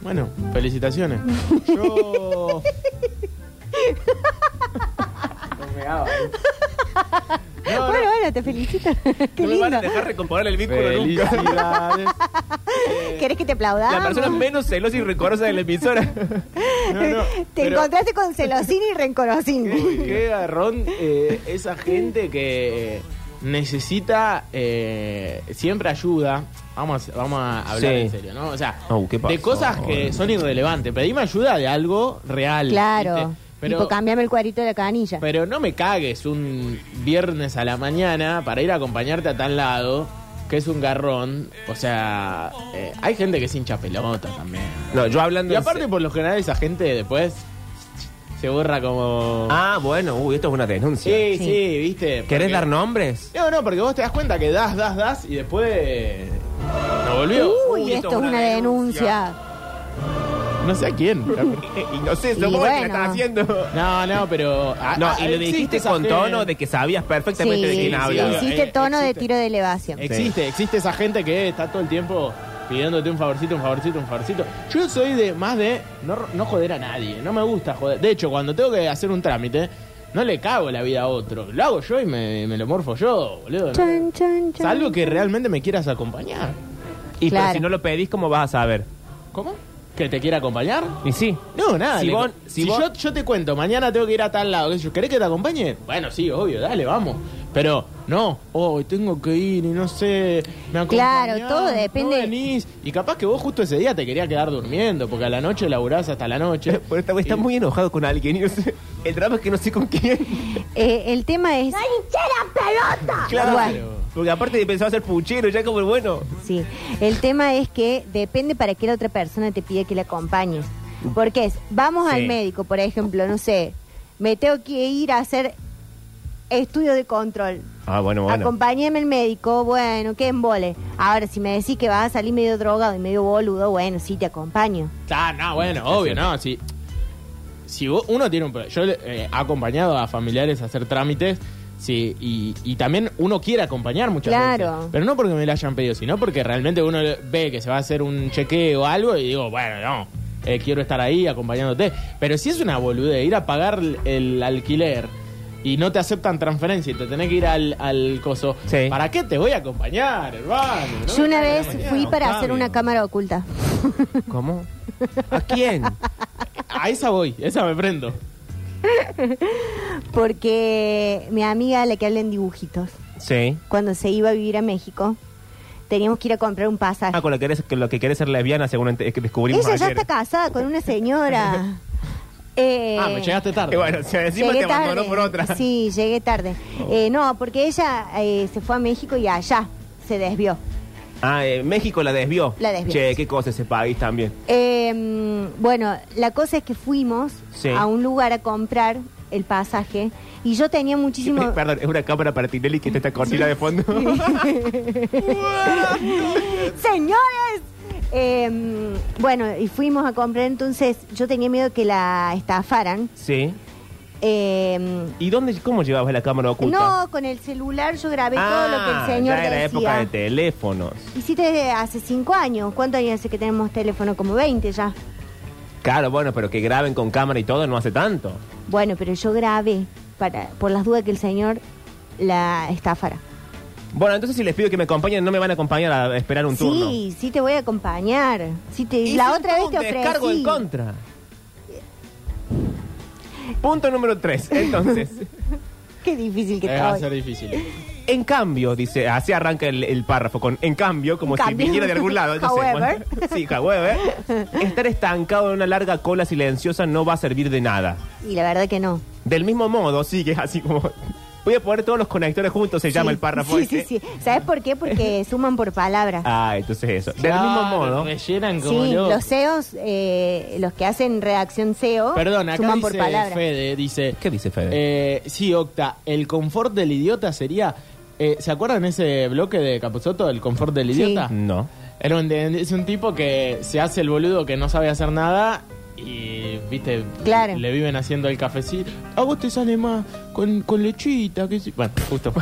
Speaker 1: Bueno, felicitaciones. Yo. No me hagas. No, no.
Speaker 2: Bueno, bueno, buena, te felicito. <laughs> Qué
Speaker 3: no me van a
Speaker 2: lindo.
Speaker 3: dejar recomponer el vínculo nunca.
Speaker 1: Felicidades.
Speaker 2: ¿Querés que te aplaudamos?
Speaker 3: La persona
Speaker 2: <laughs>
Speaker 3: menos celosa y rencorosa de la emisora.
Speaker 1: No, no,
Speaker 2: Te
Speaker 1: pero-
Speaker 2: encontraste con celosín
Speaker 1: <laughs>
Speaker 2: y rencorosín.
Speaker 1: Qué garrón eh, esa gente que eh, necesita eh, siempre ayuda. Vamos, vamos a hablar
Speaker 3: Sí.
Speaker 1: en serio, ¿no? O sea,
Speaker 3: Oh, ¿qué
Speaker 1: de
Speaker 3: pasó?
Speaker 1: cosas que son irrelevantes. Pedime ayuda de algo real.
Speaker 2: <laughs> Claro.
Speaker 1: ¿viste? Pero,
Speaker 2: tipo, cambiame el cuadrito de la canilla.
Speaker 1: pero no me cagues un viernes a la mañana para ir a acompañarte a tal lado, que es un garrón. O sea, eh, hay gente que es hincha pelota también.
Speaker 3: <laughs> No, yo hablando.
Speaker 1: Y
Speaker 3: en
Speaker 1: aparte,
Speaker 3: se-
Speaker 1: por lo general, esa gente después se borra como...
Speaker 3: Ah, bueno, uy, esto es una denuncia.
Speaker 1: Sí, sí,
Speaker 2: Sí.
Speaker 1: viste.
Speaker 3: ¿Querés
Speaker 1: Porque-
Speaker 3: dar nombres?
Speaker 1: No, no, porque vos te das cuenta que das, das, das y después. No volvió.
Speaker 2: Uy, esto es una denuncia.
Speaker 1: No sé a quién.
Speaker 3: <laughs> Y no sé,
Speaker 2: Y bueno.
Speaker 3: haciendo.
Speaker 1: No, no, pero. a-
Speaker 3: Ah, No,
Speaker 1: a-
Speaker 3: y lo
Speaker 1: existe
Speaker 3: dijiste
Speaker 1: esa
Speaker 3: con
Speaker 1: gente.
Speaker 3: tono de que sabías perfectamente de
Speaker 2: Sí,
Speaker 3: quién
Speaker 1: sí,
Speaker 3: hablas.
Speaker 1: sí.
Speaker 2: hiciste
Speaker 1: Eh,
Speaker 2: tono de
Speaker 1: existe.
Speaker 2: tiro de elevación.
Speaker 1: Existe, existe esa gente que está todo el tiempo pidiéndote un favorcito, un favorcito, un favorcito. Yo soy de más de no, ro- no joder a nadie, no me gusta joder. De hecho, cuando tengo que hacer un trámite, no le cago la vida a otro. Lo hago yo y me, me lo morfo yo, boludo. ¿no?
Speaker 2: Chan, chan, chan.
Speaker 1: Salvo que realmente me quieras acompañar.
Speaker 3: Y pero
Speaker 2: Claro.
Speaker 3: si no lo pedís, ¿cómo vas a saber?
Speaker 1: ¿Cómo? ¿Que te quiera acompañar?
Speaker 3: Y sí.
Speaker 1: No, nada.
Speaker 3: Si
Speaker 1: le-
Speaker 3: vos-
Speaker 1: si
Speaker 3: si vos-
Speaker 1: yo, yo te cuento, mañana tengo que ir a tal lado, qué sé yo, ¿querés que te acompañe? Bueno, sí, obvio, dale, vamos. Pero, no, hoy tengo que ir y no sé, me acompañás,
Speaker 2: Claro, todo depende.
Speaker 1: no venís. Y capaz que vos justo ese día te querías quedar durmiendo, porque a la noche laburás hasta la <laughs> noche.
Speaker 3: Pero esta güey está
Speaker 1: Y-
Speaker 3: muy enojado con alguien. y no sé- El drama es que no sé con quién. <laughs>
Speaker 2: Eh, el tema es.
Speaker 1: Claro.
Speaker 3: Porque aparte pensaba ser puchero, ya como el bueno.
Speaker 2: Sí, el tema es que depende para qué la otra persona te pide que la acompañes. Porque es, vamos
Speaker 3: Sí.
Speaker 2: al médico, por ejemplo, no sé, me tengo que ir a hacer estudio de control.
Speaker 3: Ah, bueno,
Speaker 2: Acompáñeme el médico, bueno, que embole. Ahora, si me decís que vas a salir medio drogado y medio boludo, bueno, sí, te acompaño.
Speaker 1: Ah, no, bueno, obvio,
Speaker 3: cierto.
Speaker 1: no, si, si vos- uno tiene un pro- yo eh, he acompañado a familiares a hacer trámites, sí, y, y también uno quiere acompañar muchas
Speaker 2: Claro.
Speaker 1: veces, pero no porque me lo hayan pedido, sino porque realmente uno ve que se va a hacer un chequeo o algo y digo, bueno, no, eh, quiero estar ahí acompañándote, pero si es una boludez ir a pagar el, el alquiler y no te aceptan transferencia y te tenés que ir al, al coso,
Speaker 3: Sí.
Speaker 1: ¿para qué te voy a acompañar, hermano? No
Speaker 2: Yo
Speaker 1: me
Speaker 2: una
Speaker 1: cagues
Speaker 2: vez
Speaker 1: la mañana,
Speaker 2: fui para hacer
Speaker 1: Octavio.
Speaker 2: una cámara oculta. <laughs>
Speaker 3: ¿Cómo? ¿A quién?
Speaker 1: A esa voy, esa me prendo.
Speaker 2: Porque mi amiga, la que habla en dibujitos,
Speaker 3: Sí.
Speaker 2: cuando se iba a vivir a México, teníamos que ir a comprar un pasaje.
Speaker 3: Ah, con la que, eres, con la que querés ser lesbiana, según ente- es que descubrimos
Speaker 2: Ella ya
Speaker 3: ayer.
Speaker 2: está casada con
Speaker 3: <laughs>
Speaker 2: una señora. Eh,
Speaker 1: Ah, me llegaste tarde.
Speaker 3: Y bueno, o sea, encima
Speaker 2: llegué
Speaker 3: te abandonó
Speaker 2: tarde.
Speaker 3: por otra. Oh.
Speaker 2: Sí, llegué tarde. Eh, no, porque ella eh, se fue a México y allá se desvió.
Speaker 3: Ah, eh, México la desvió.
Speaker 2: La desvió.
Speaker 3: Che, qué cosa ese país también.
Speaker 2: Eh, bueno, la cosa es que fuimos
Speaker 3: Sí.
Speaker 2: a un lugar a comprar el pasaje y yo tenía
Speaker 3: <laughs>
Speaker 2: muchísimo...
Speaker 3: Perdón, es una cámara para Tinelli que te está cortina de fondo.
Speaker 2: ¡Señores! Eh, bueno, y fuimos a comprar entonces, yo tenía miedo que la estafaran.
Speaker 3: <laughs> sí.
Speaker 2: Eh,
Speaker 3: ¿Y dónde, cómo llevabas la cámara oculta?
Speaker 2: No, con el celular yo grabé todo lo que
Speaker 3: Ah,
Speaker 2: el señor
Speaker 3: ya era
Speaker 2: decía.
Speaker 3: época de teléfonos.
Speaker 2: Hiciste desde hace cinco años. ¿Cuántos años hace que tenemos teléfono? Como 20 ya.
Speaker 3: Claro, bueno, pero que graben con cámara y todo no hace tanto.
Speaker 2: Bueno, pero yo grabé para, por las dudas que el señor la estafara.
Speaker 3: Bueno, entonces si les pido que me acompañen, no me van a acompañar a esperar un turno.
Speaker 2: Sí, sí te voy a acompañar. Sí te-
Speaker 3: Y
Speaker 2: la
Speaker 3: sí,
Speaker 2: otra vez
Speaker 3: tuvo
Speaker 2: te
Speaker 3: un descargo
Speaker 2: ofrecí.
Speaker 3: en contra. Punto número tres. <laughs> Entonces,
Speaker 2: Qué difícil que
Speaker 1: Eh, va a
Speaker 2: te
Speaker 1: ser
Speaker 2: <laughs>
Speaker 1: difícil.
Speaker 3: en cambio, dice, así arranca el, el párrafo con en cambio, como
Speaker 2: En
Speaker 3: si
Speaker 2: cambio.
Speaker 3: viniera de algún lado. Entonces,
Speaker 2: However.
Speaker 3: bueno, <laughs> sí, however. Estar estancado en una larga cola silenciosa no va a servir de nada.
Speaker 2: Y la verdad que no.
Speaker 3: Del mismo modo, sigue así como. Voy a poner todos los conectores juntos, se llama
Speaker 2: Sí,
Speaker 3: el párrafo.
Speaker 2: <laughs> Sí,
Speaker 3: este.
Speaker 2: sí, sí. ¿Sabes por
Speaker 3: <laughs>
Speaker 2: qué? Porque suman por palabra.
Speaker 3: Ah, entonces eso. Del
Speaker 1: Claro,
Speaker 3: mismo modo.
Speaker 1: Rellenan como
Speaker 2: Sí,
Speaker 1: locos.
Speaker 2: los CEOs, eh, los que hacen redacción SEO,
Speaker 1: Perdón, acá
Speaker 2: suman
Speaker 1: dice
Speaker 2: por palabra.
Speaker 1: Fede, dice...
Speaker 3: ¿Qué dice Fede?
Speaker 1: eh, sí, Octa, el confort del idiota sería... eh, ¿Se acuerdan ese bloque de Capuzoto, el confort del
Speaker 2: Sí. Mm.
Speaker 1: idiota?
Speaker 3: no.
Speaker 1: Era un- es un tipo que se hace el boludo que no sabe hacer nada y, viste,
Speaker 2: Claro.
Speaker 1: le viven haciendo el cafecito. A vos te sale más con, con lechita, que sí. Bueno, justo.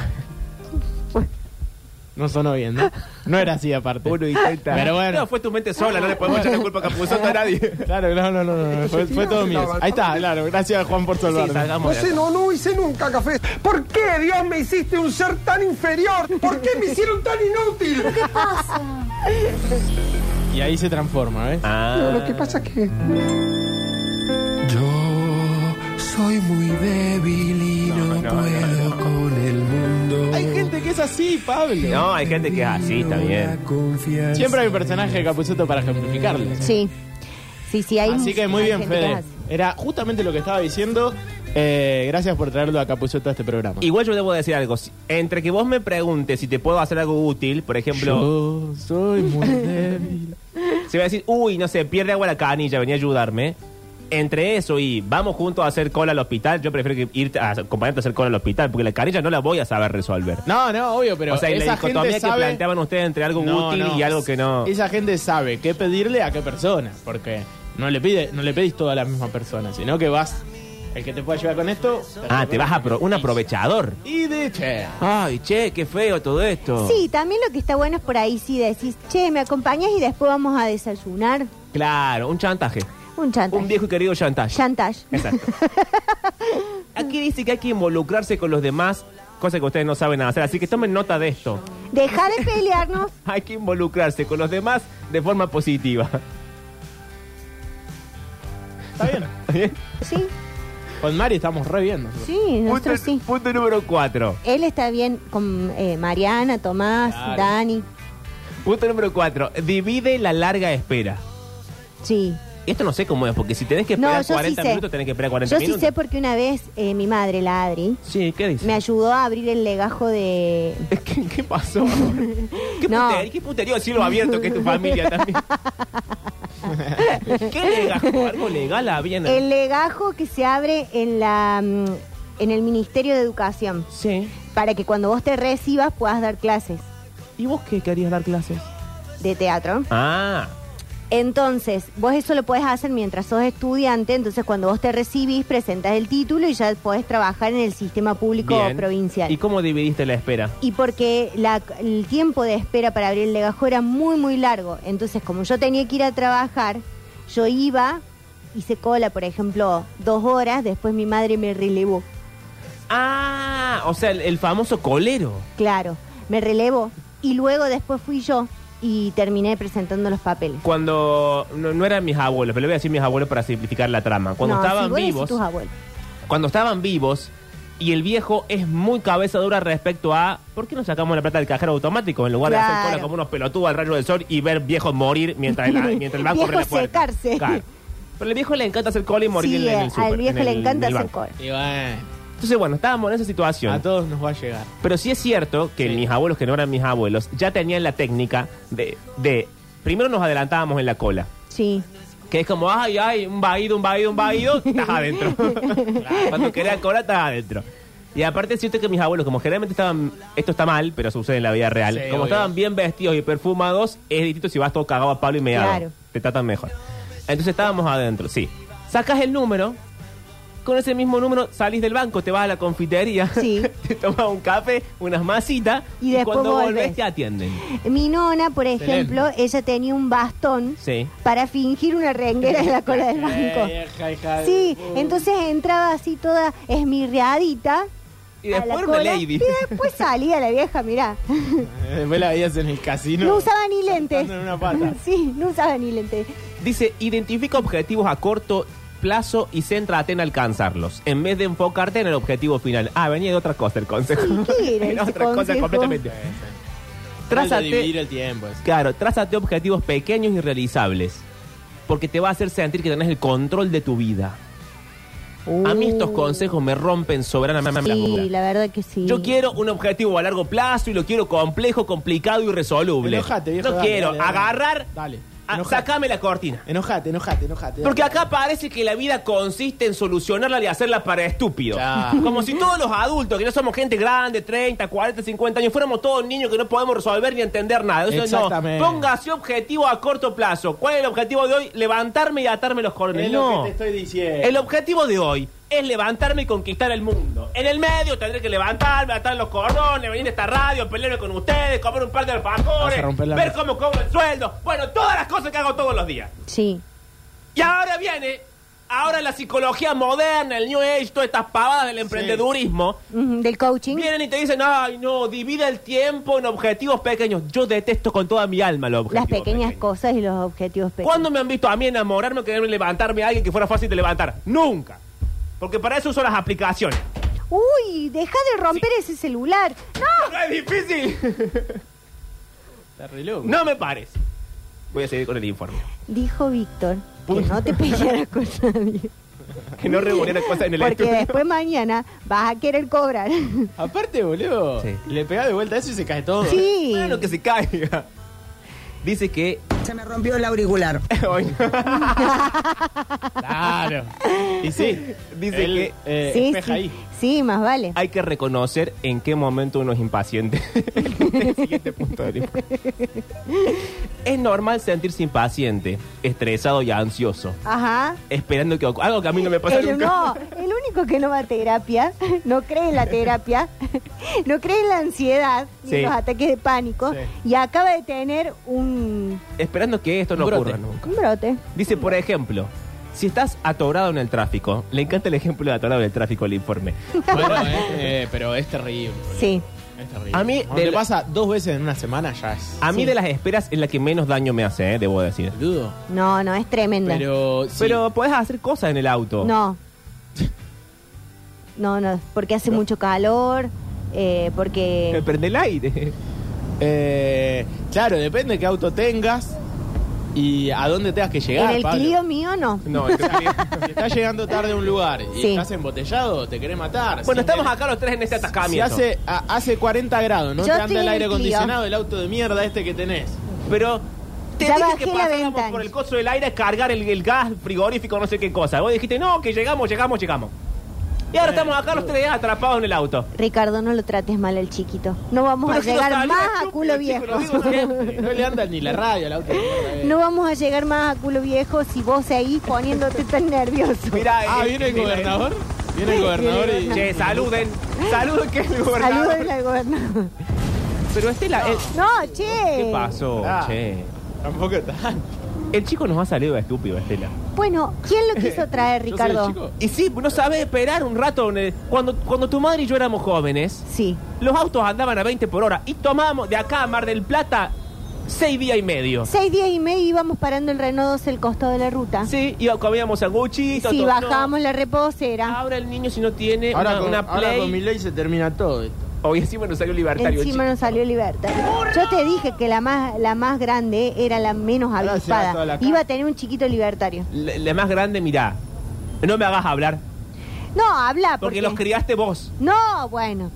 Speaker 1: No sonó bien, ¿no? No era así aparte.
Speaker 3: Uno intenta.
Speaker 1: Pero bueno.
Speaker 3: No, fue tu mente sola, no le podemos echar la culpa a Capuzoto a nadie.
Speaker 1: <laughs> Claro, no, no, no, no, no, Fue, fue todo mío. Ahí está, claro. Gracias, Juan, por
Speaker 3: Sí,
Speaker 1: salvarme.
Speaker 3: salgamos
Speaker 5: No
Speaker 3: de
Speaker 5: sé,
Speaker 3: acá.
Speaker 5: Pues no, no hice nunca café. ¿Por qué, Dios, me hiciste un ser tan inferior? ¿Por qué me hicieron tan inútil?
Speaker 1: Y ahí se transforma, ¿ves?
Speaker 3: Ah.
Speaker 5: Lo que pasa es que...
Speaker 6: Yo soy muy débil y no, puedo con el mundo.
Speaker 1: Hay gente que es así, Pablo.
Speaker 3: No, hay gente que es así, está bien.
Speaker 6: Confianza.
Speaker 1: Siempre hay un personaje de Capuzoto para ejemplificarlo.
Speaker 2: Sí. Sí, sí, hay
Speaker 1: Así que muy
Speaker 2: muchísima
Speaker 1: bien,
Speaker 2: gente que
Speaker 1: Fede.
Speaker 2: hace.
Speaker 1: Era justamente lo que estaba diciendo. Eh, gracias por traerlo a Capuzoto a este programa.
Speaker 3: Igual yo debo decir algo. Si- Entre que vos me preguntes si te puedo hacer algo útil, por ejemplo,
Speaker 1: Yo soy muy débil.
Speaker 3: si voy a decir, uy, no sé, pierde agua la canilla, venía a ayudarme. Entre eso y vamos juntos a hacer cola al hospital, yo prefiero que irte a acompañarte a hacer cola al hospital, porque la canilla no la voy a saber resolver.
Speaker 1: No, no, obvio, pero
Speaker 3: o sea, y
Speaker 1: esa
Speaker 3: la
Speaker 1: gente
Speaker 3: dicotomía que
Speaker 1: sabe...
Speaker 3: planteaban ustedes entre algo
Speaker 1: No,
Speaker 3: útil
Speaker 1: no.
Speaker 3: y algo que no.
Speaker 1: Esa gente sabe qué pedirle a qué persona, porque no le pide, no le pedís todo a la misma persona, sino que vas el que te pueda ayudar con esto.
Speaker 3: Ah, te vas a pro- un aprovechador.
Speaker 1: Y de che.
Speaker 3: Ay, che, qué feo todo esto.
Speaker 2: Sí, también lo que está bueno es por ahí si decís, che, me acompañas y después vamos a desayunar.
Speaker 3: Claro, un chantaje.
Speaker 2: Un chantaje.
Speaker 3: Un viejo y querido chantaje.
Speaker 2: Chantage. <laughs>
Speaker 3: Exacto.
Speaker 1: <laughs>
Speaker 3: Aquí dice que hay que involucrarse con los demás, cosa que ustedes no saben hacer, así que tomen nota de esto.
Speaker 2: Deja de pelearnos.
Speaker 3: Hay que involucrarse con los demás de forma positiva.
Speaker 1: Está bien.
Speaker 3: <laughs> ¿Está bien?
Speaker 2: Sí,
Speaker 1: Con Mari estamos re bien. nosotros.
Speaker 2: sí,
Speaker 3: Punto,
Speaker 2: nosotros sí.
Speaker 3: punto número 4.
Speaker 2: Él está bien con eh, Mariana, Tomás,
Speaker 1: Claro.
Speaker 2: Dani.
Speaker 3: Punto número 4. Divide la larga espera.
Speaker 2: Sí.
Speaker 3: Esto no sé cómo es, porque si tenés que
Speaker 2: No,
Speaker 3: esperar
Speaker 2: yo sí
Speaker 3: 40
Speaker 2: sé.
Speaker 3: minutos, tenés que esperar 40
Speaker 2: Yo sí
Speaker 3: minutos.
Speaker 2: sé porque una vez eh, mi madre, la Adri,
Speaker 3: Sí, ¿qué dice?
Speaker 2: me ayudó a abrir el legajo de...
Speaker 3: <laughs> ¿Qué, qué pasó? ¿Qué,
Speaker 2: No.
Speaker 3: putería, ¿Qué putería de cielo abierto que es tu familia <laughs> también? ¿Qué legal? ¿Algo legal había en
Speaker 2: El legajo que se abre en la mm, en el Ministerio de Educación
Speaker 3: Sí.
Speaker 2: para que cuando vos te recibas puedas dar clases
Speaker 3: ¿Y vos qué querías dar clases?
Speaker 2: de teatro.
Speaker 3: Ah,
Speaker 2: Entonces, vos eso lo podés hacer mientras sos estudiante, entonces cuando vos te recibís presentás el título y ya podés trabajar en el sistema público
Speaker 3: bien.
Speaker 2: provincial.
Speaker 3: ¿Y cómo dividiste la espera?
Speaker 2: Y porque la- el tiempo de espera para abrir el legajo era muy, muy largo. Entonces, como yo tenía que ir a trabajar, yo iba, hice cola, por ejemplo, dos horas, después mi madre me relevó.
Speaker 3: Ah, o sea, el, el famoso colero.
Speaker 2: Claro, me relevó. Y luego después fui yo y terminé presentando los papeles.
Speaker 3: Cuando no, no eran mis abuelos, pero le voy a decir mis abuelos para simplificar la trama. Cuando
Speaker 2: No,
Speaker 3: estaban
Speaker 2: si vos decís
Speaker 3: vivos,
Speaker 2: tus abuelos.
Speaker 3: cuando estaban vivos y el viejo es muy cabeza dura respecto a ¿por qué no sacamos la plata del cajero automático en lugar de hacer
Speaker 2: Claro.
Speaker 3: cola como unos pelotudos al rayo del sol y ver viejos morir mientras
Speaker 2: <laughs>
Speaker 3: el, mientras el banco abre la
Speaker 2: Viejo
Speaker 3: puerta?
Speaker 2: secarse.
Speaker 3: Claro. Pero al viejo le encanta hacer cola y morir
Speaker 2: Sí,
Speaker 3: en, el
Speaker 2: eh,
Speaker 3: súper,
Speaker 2: al viejo
Speaker 3: en
Speaker 2: le
Speaker 3: el-
Speaker 2: encanta
Speaker 3: en el
Speaker 2: hacer
Speaker 3: banco.
Speaker 2: cola.
Speaker 1: Y bueno,
Speaker 3: Entonces, bueno, estábamos en esa situación.
Speaker 1: a todos nos va a llegar.
Speaker 3: Pero sí es cierto que
Speaker 1: Sí.
Speaker 3: mis abuelos, que no eran mis abuelos, ya tenían la técnica de, de- primero nos adelantábamos en la cola.
Speaker 2: Sí.
Speaker 3: Que es como, ay, ay, un vaído, un vaído,
Speaker 1: <laughs>
Speaker 3: un vaído, estás adentro. Cuando querés la cola, estás adentro. Y aparte es cierto que mis abuelos, como generalmente estaban, esto está mal, pero sucede en la vida real,
Speaker 1: Sí,
Speaker 3: como
Speaker 1: obvio.
Speaker 3: estaban bien vestidos y perfumados, es distinto si vas todo cagado a Pablo y meado.
Speaker 2: Claro.
Speaker 3: Te tratan mejor. Entonces estábamos adentro, sí. Sacas el número, con ese mismo número salís del banco, te vas a la confitería,
Speaker 2: Sí.
Speaker 3: <laughs> te tomas un café, unas masitas
Speaker 2: Y
Speaker 3: y,
Speaker 2: después
Speaker 3: cuando volvés.
Speaker 2: volvés.
Speaker 3: te atienden.
Speaker 2: Mi nona, por ejemplo,
Speaker 1: Excelente.
Speaker 2: ella tenía un bastón
Speaker 3: Sí.
Speaker 2: para fingir una renguera en la cola del banco.
Speaker 1: Eh, hija, hija de-
Speaker 2: Sí, entonces entraba así toda esmirreadita.
Speaker 3: Y
Speaker 2: a la
Speaker 3: después una
Speaker 2: cola,
Speaker 3: lady.
Speaker 2: Y después salía la vieja, mirá.
Speaker 1: Después la veías en el casino.
Speaker 2: No, usaba ni lentes.
Speaker 1: saltando en una pata.
Speaker 2: Sí, no usaba ni lentes.
Speaker 3: Dice, identifica objetivos a corto plazo y céntrate en alcanzarlos, en vez de enfocarte en el objetivo final. Ah, venía de otra cosa
Speaker 1: <laughs>
Speaker 3: el consejo.
Speaker 2: ¿Qué era
Speaker 3: Era
Speaker 2: ese
Speaker 3: otra cosa
Speaker 2: consejo?
Speaker 3: completamente.
Speaker 1: Trata de
Speaker 3: Trázate
Speaker 1: dividir el tiempo. es.
Speaker 3: Claro, trázate objetivos pequeños y realizables. Porque te va a hacer sentir que tenés el control de tu vida. A mí
Speaker 1: Uh.
Speaker 3: estos consejos me rompen soberanamente la
Speaker 2: Sí,
Speaker 3: boca.
Speaker 2: la verdad que sí.
Speaker 3: Yo quiero un objetivo a largo plazo y lo quiero complejo, complicado y resoluble.
Speaker 1: Enojate, viejo,
Speaker 3: no
Speaker 1: dale,
Speaker 3: quiero
Speaker 1: dale, dale.
Speaker 3: agarrar,
Speaker 1: Dale,
Speaker 3: a-
Speaker 1: enojate.
Speaker 3: sacame la cortina.
Speaker 1: Enojate, enojate, enojate. dale.
Speaker 3: Porque acá parece que la vida consiste en solucionarla y hacerla para estúpidos.
Speaker 1: Claro.
Speaker 3: Como si todos los adultos, que no somos gente grande, 30, 40, 50 años, fuéramos todos niños que no podemos resolver ni entender nada. O sea,
Speaker 1: Exactamente.
Speaker 3: no, póngase objetivo a corto plazo. ¿Cuál es el objetivo de hoy? Levantarme y atarme los cordones.
Speaker 1: Es
Speaker 3: no.
Speaker 1: lo que te estoy diciendo.
Speaker 3: El objetivo de hoy es levantarme y conquistar el mundo. En el medio tendré que levantarme, atar los cordones, venir a esta radio, pelearme con ustedes, comer un par de
Speaker 1: Vas a
Speaker 3: alfajores,
Speaker 1: romper la
Speaker 3: ver
Speaker 1: mesa.
Speaker 3: cómo cobro el sueldo. Bueno, todas las cosas que hago todos los días.
Speaker 2: Sí.
Speaker 3: Y ahora viene, ahora la psicología moderna, el New Age, todas estas pavadas del emprendedurismo.
Speaker 2: Ujú, Del coaching.
Speaker 3: Vienen y te dicen, ay, no, divida el tiempo en objetivos pequeños. Yo detesto con toda mi alma los
Speaker 2: Las
Speaker 3: objetivos.
Speaker 2: pequeñas
Speaker 3: pequeños.
Speaker 2: cosas y los objetivos pequeños.
Speaker 3: ¿Cuándo me han visto a mí enamorarme o quererme levantarme a alguien que fuera fácil de levantar? Nunca. Porque para eso uso las aplicaciones.
Speaker 2: Uy, deja de romper ese celular.
Speaker 3: ¡No es difícil! <laughs>
Speaker 1: Está re loco.
Speaker 3: No me pares. Voy a seguir con el informe. <laughs>
Speaker 2: Dijo Víctor que no te pelearas <laughs> con
Speaker 3: <laughs>
Speaker 2: nadie.
Speaker 3: Que no reuniera cosas en el
Speaker 2: Porque
Speaker 3: estudio.
Speaker 2: después mañana vas a
Speaker 3: <laughs>
Speaker 2: querer cobrar.
Speaker 1: Aparte, boludo,
Speaker 3: Sí.
Speaker 1: le pegás de vuelta eso y se cae todo.
Speaker 2: Sí.
Speaker 3: Bueno, que se caiga. Dice que. <laughs>
Speaker 7: Se me rompió el auricular.
Speaker 3: hoy no.
Speaker 2: <laughs>
Speaker 1: Claro. Y sí,
Speaker 3: Dice
Speaker 1: él,
Speaker 3: que-
Speaker 1: eh,
Speaker 2: sí,
Speaker 1: espeja
Speaker 2: sí.
Speaker 1: ahí.
Speaker 2: sí, más vale.
Speaker 3: Hay que reconocer en qué momento uno es impaciente. <laughs> el siguiente punto del informe. Es normal sentirse impaciente, estresado y ansioso.
Speaker 2: Ajá.
Speaker 3: Esperando que ocurra. Algo que a mí no me pasa
Speaker 2: el,
Speaker 3: nunca.
Speaker 2: No, el único que no va a terapia, <laughs> no cree en la terapia, <laughs> no cree en la ansiedad, ni
Speaker 3: Sí.
Speaker 2: en los ataques de pánico,
Speaker 1: Sí.
Speaker 2: y acaba de tener un,
Speaker 3: Esperando que esto no
Speaker 1: Brote.
Speaker 3: ocurra nunca.
Speaker 2: un brote.
Speaker 3: Dice, por ejemplo, si estás atorado en el tráfico, le encanta el ejemplo de atorado en el tráfico el informe.
Speaker 1: Bueno, eh, eh, pero es terrible. boludo.
Speaker 2: Sí.
Speaker 1: Es terrible.
Speaker 3: A mí,
Speaker 1: Cuando
Speaker 3: de
Speaker 1: te
Speaker 3: la-
Speaker 1: pasa dos veces en una semana ya es.
Speaker 3: A mí
Speaker 2: Sí.
Speaker 3: de las esperas es la que menos daño me hace, eh, debo decir.
Speaker 1: Boludo.
Speaker 2: No, no, es tremenda.
Speaker 1: Pero. sí.
Speaker 3: Pero podés hacer cosas en el auto.
Speaker 2: No. No, no, porque hace mucho calor, eh,
Speaker 3: Me
Speaker 2: porque...
Speaker 3: prende el aire.
Speaker 1: Eh, claro, depende qué auto tengas y a dónde tengas que
Speaker 2: En
Speaker 1: llegar.
Speaker 2: el
Speaker 1: Pablo.
Speaker 2: Clio mío no.
Speaker 3: No, en serio.
Speaker 1: <laughs> Si estás llegando tarde a un lugar y
Speaker 2: Sí.
Speaker 1: estás embotellado, te querés matar. Si
Speaker 3: Bueno, estamos
Speaker 1: te-
Speaker 3: acá los tres en este
Speaker 1: Si
Speaker 3: atascamiento.
Speaker 1: hace, a- hace 40 grados, no
Speaker 2: Yo
Speaker 1: te
Speaker 2: estoy
Speaker 1: anda
Speaker 2: en
Speaker 1: el
Speaker 2: el
Speaker 1: aire
Speaker 2: Clio.
Speaker 1: acondicionado, el auto de mierda este que tenés.
Speaker 3: Pero te
Speaker 2: Ya
Speaker 3: dije
Speaker 2: bajé
Speaker 3: que
Speaker 2: la
Speaker 3: pasábamos
Speaker 2: ventana.
Speaker 3: por el coso del aire a cargar el, el gas frigorífico, no sé qué cosa. Vos dijiste, no, que llegamos, llegamos, llegamos. Y ahora estamos acá los tres atrapados en el auto.
Speaker 2: Ricardo, no lo trates mal al chiquito. No vamos
Speaker 3: Pero
Speaker 2: a
Speaker 3: si no
Speaker 2: llegar
Speaker 3: salió
Speaker 2: más
Speaker 3: del
Speaker 2: a
Speaker 3: club,
Speaker 2: culo
Speaker 3: pero chico,
Speaker 2: viejo.
Speaker 3: lo
Speaker 1: <laughs>
Speaker 3: digo siempre.
Speaker 1: Eh, No le anda ni la radio al auto de mierda. eh.
Speaker 2: <laughs> No vamos a llegar más a culo viejo si vos seguís poniéndote tan nervioso.
Speaker 3: Mira,
Speaker 1: Ah, viene el gobernador. Viene el gobernador y.
Speaker 3: eh, Che, saluden. Saluden que es el gobernador.
Speaker 2: Salúdenle al gobernador. <laughs>
Speaker 3: Pero Estela, el-
Speaker 2: No, che.
Speaker 3: ¿qué pasó?
Speaker 1: Ah.
Speaker 3: Che.
Speaker 1: Tampoco está.
Speaker 3: El chico nos ha salido estúpido, Estela.
Speaker 2: Bueno, ¿quién lo quiso traer,
Speaker 1: Yo soy el
Speaker 2: Ricardo?
Speaker 1: chico.
Speaker 3: Y sí, no sabe esperar un rato. en el- Cuando, cuando tu madre y yo éramos jóvenes,
Speaker 2: Sí.
Speaker 3: los autos andaban a 20 por hora y tomábamos de acá a Mar del Plata 6 días y medio.
Speaker 2: Seis días y medio íbamos parando el Renault 12 al costado de la ruta.
Speaker 3: Sí, y comiíamos
Speaker 2: Si
Speaker 3: sanguchitos. todo-
Speaker 2: bajábamos la
Speaker 3: No. Ah,
Speaker 2: reposera.
Speaker 3: Ahora el niño si no tiene
Speaker 1: Ahora,
Speaker 3: una,
Speaker 1: con,
Speaker 3: una
Speaker 1: ahora
Speaker 3: Play...
Speaker 1: con mi ley se termina todo esto.
Speaker 3: Hoy encima nos salió libertario. el
Speaker 2: Encima
Speaker 3: chico.
Speaker 2: nos salió libertad. Yo te dije que la más, la más grande era la menos
Speaker 1: Ahora se va toda
Speaker 2: avispada.
Speaker 1: la cara.
Speaker 2: Iba a tener un chiquito libertario.
Speaker 3: La, la más grande, mirá. No me hagas hablar,
Speaker 2: No, habla.
Speaker 3: porque los criaste vos.
Speaker 2: No, bueno.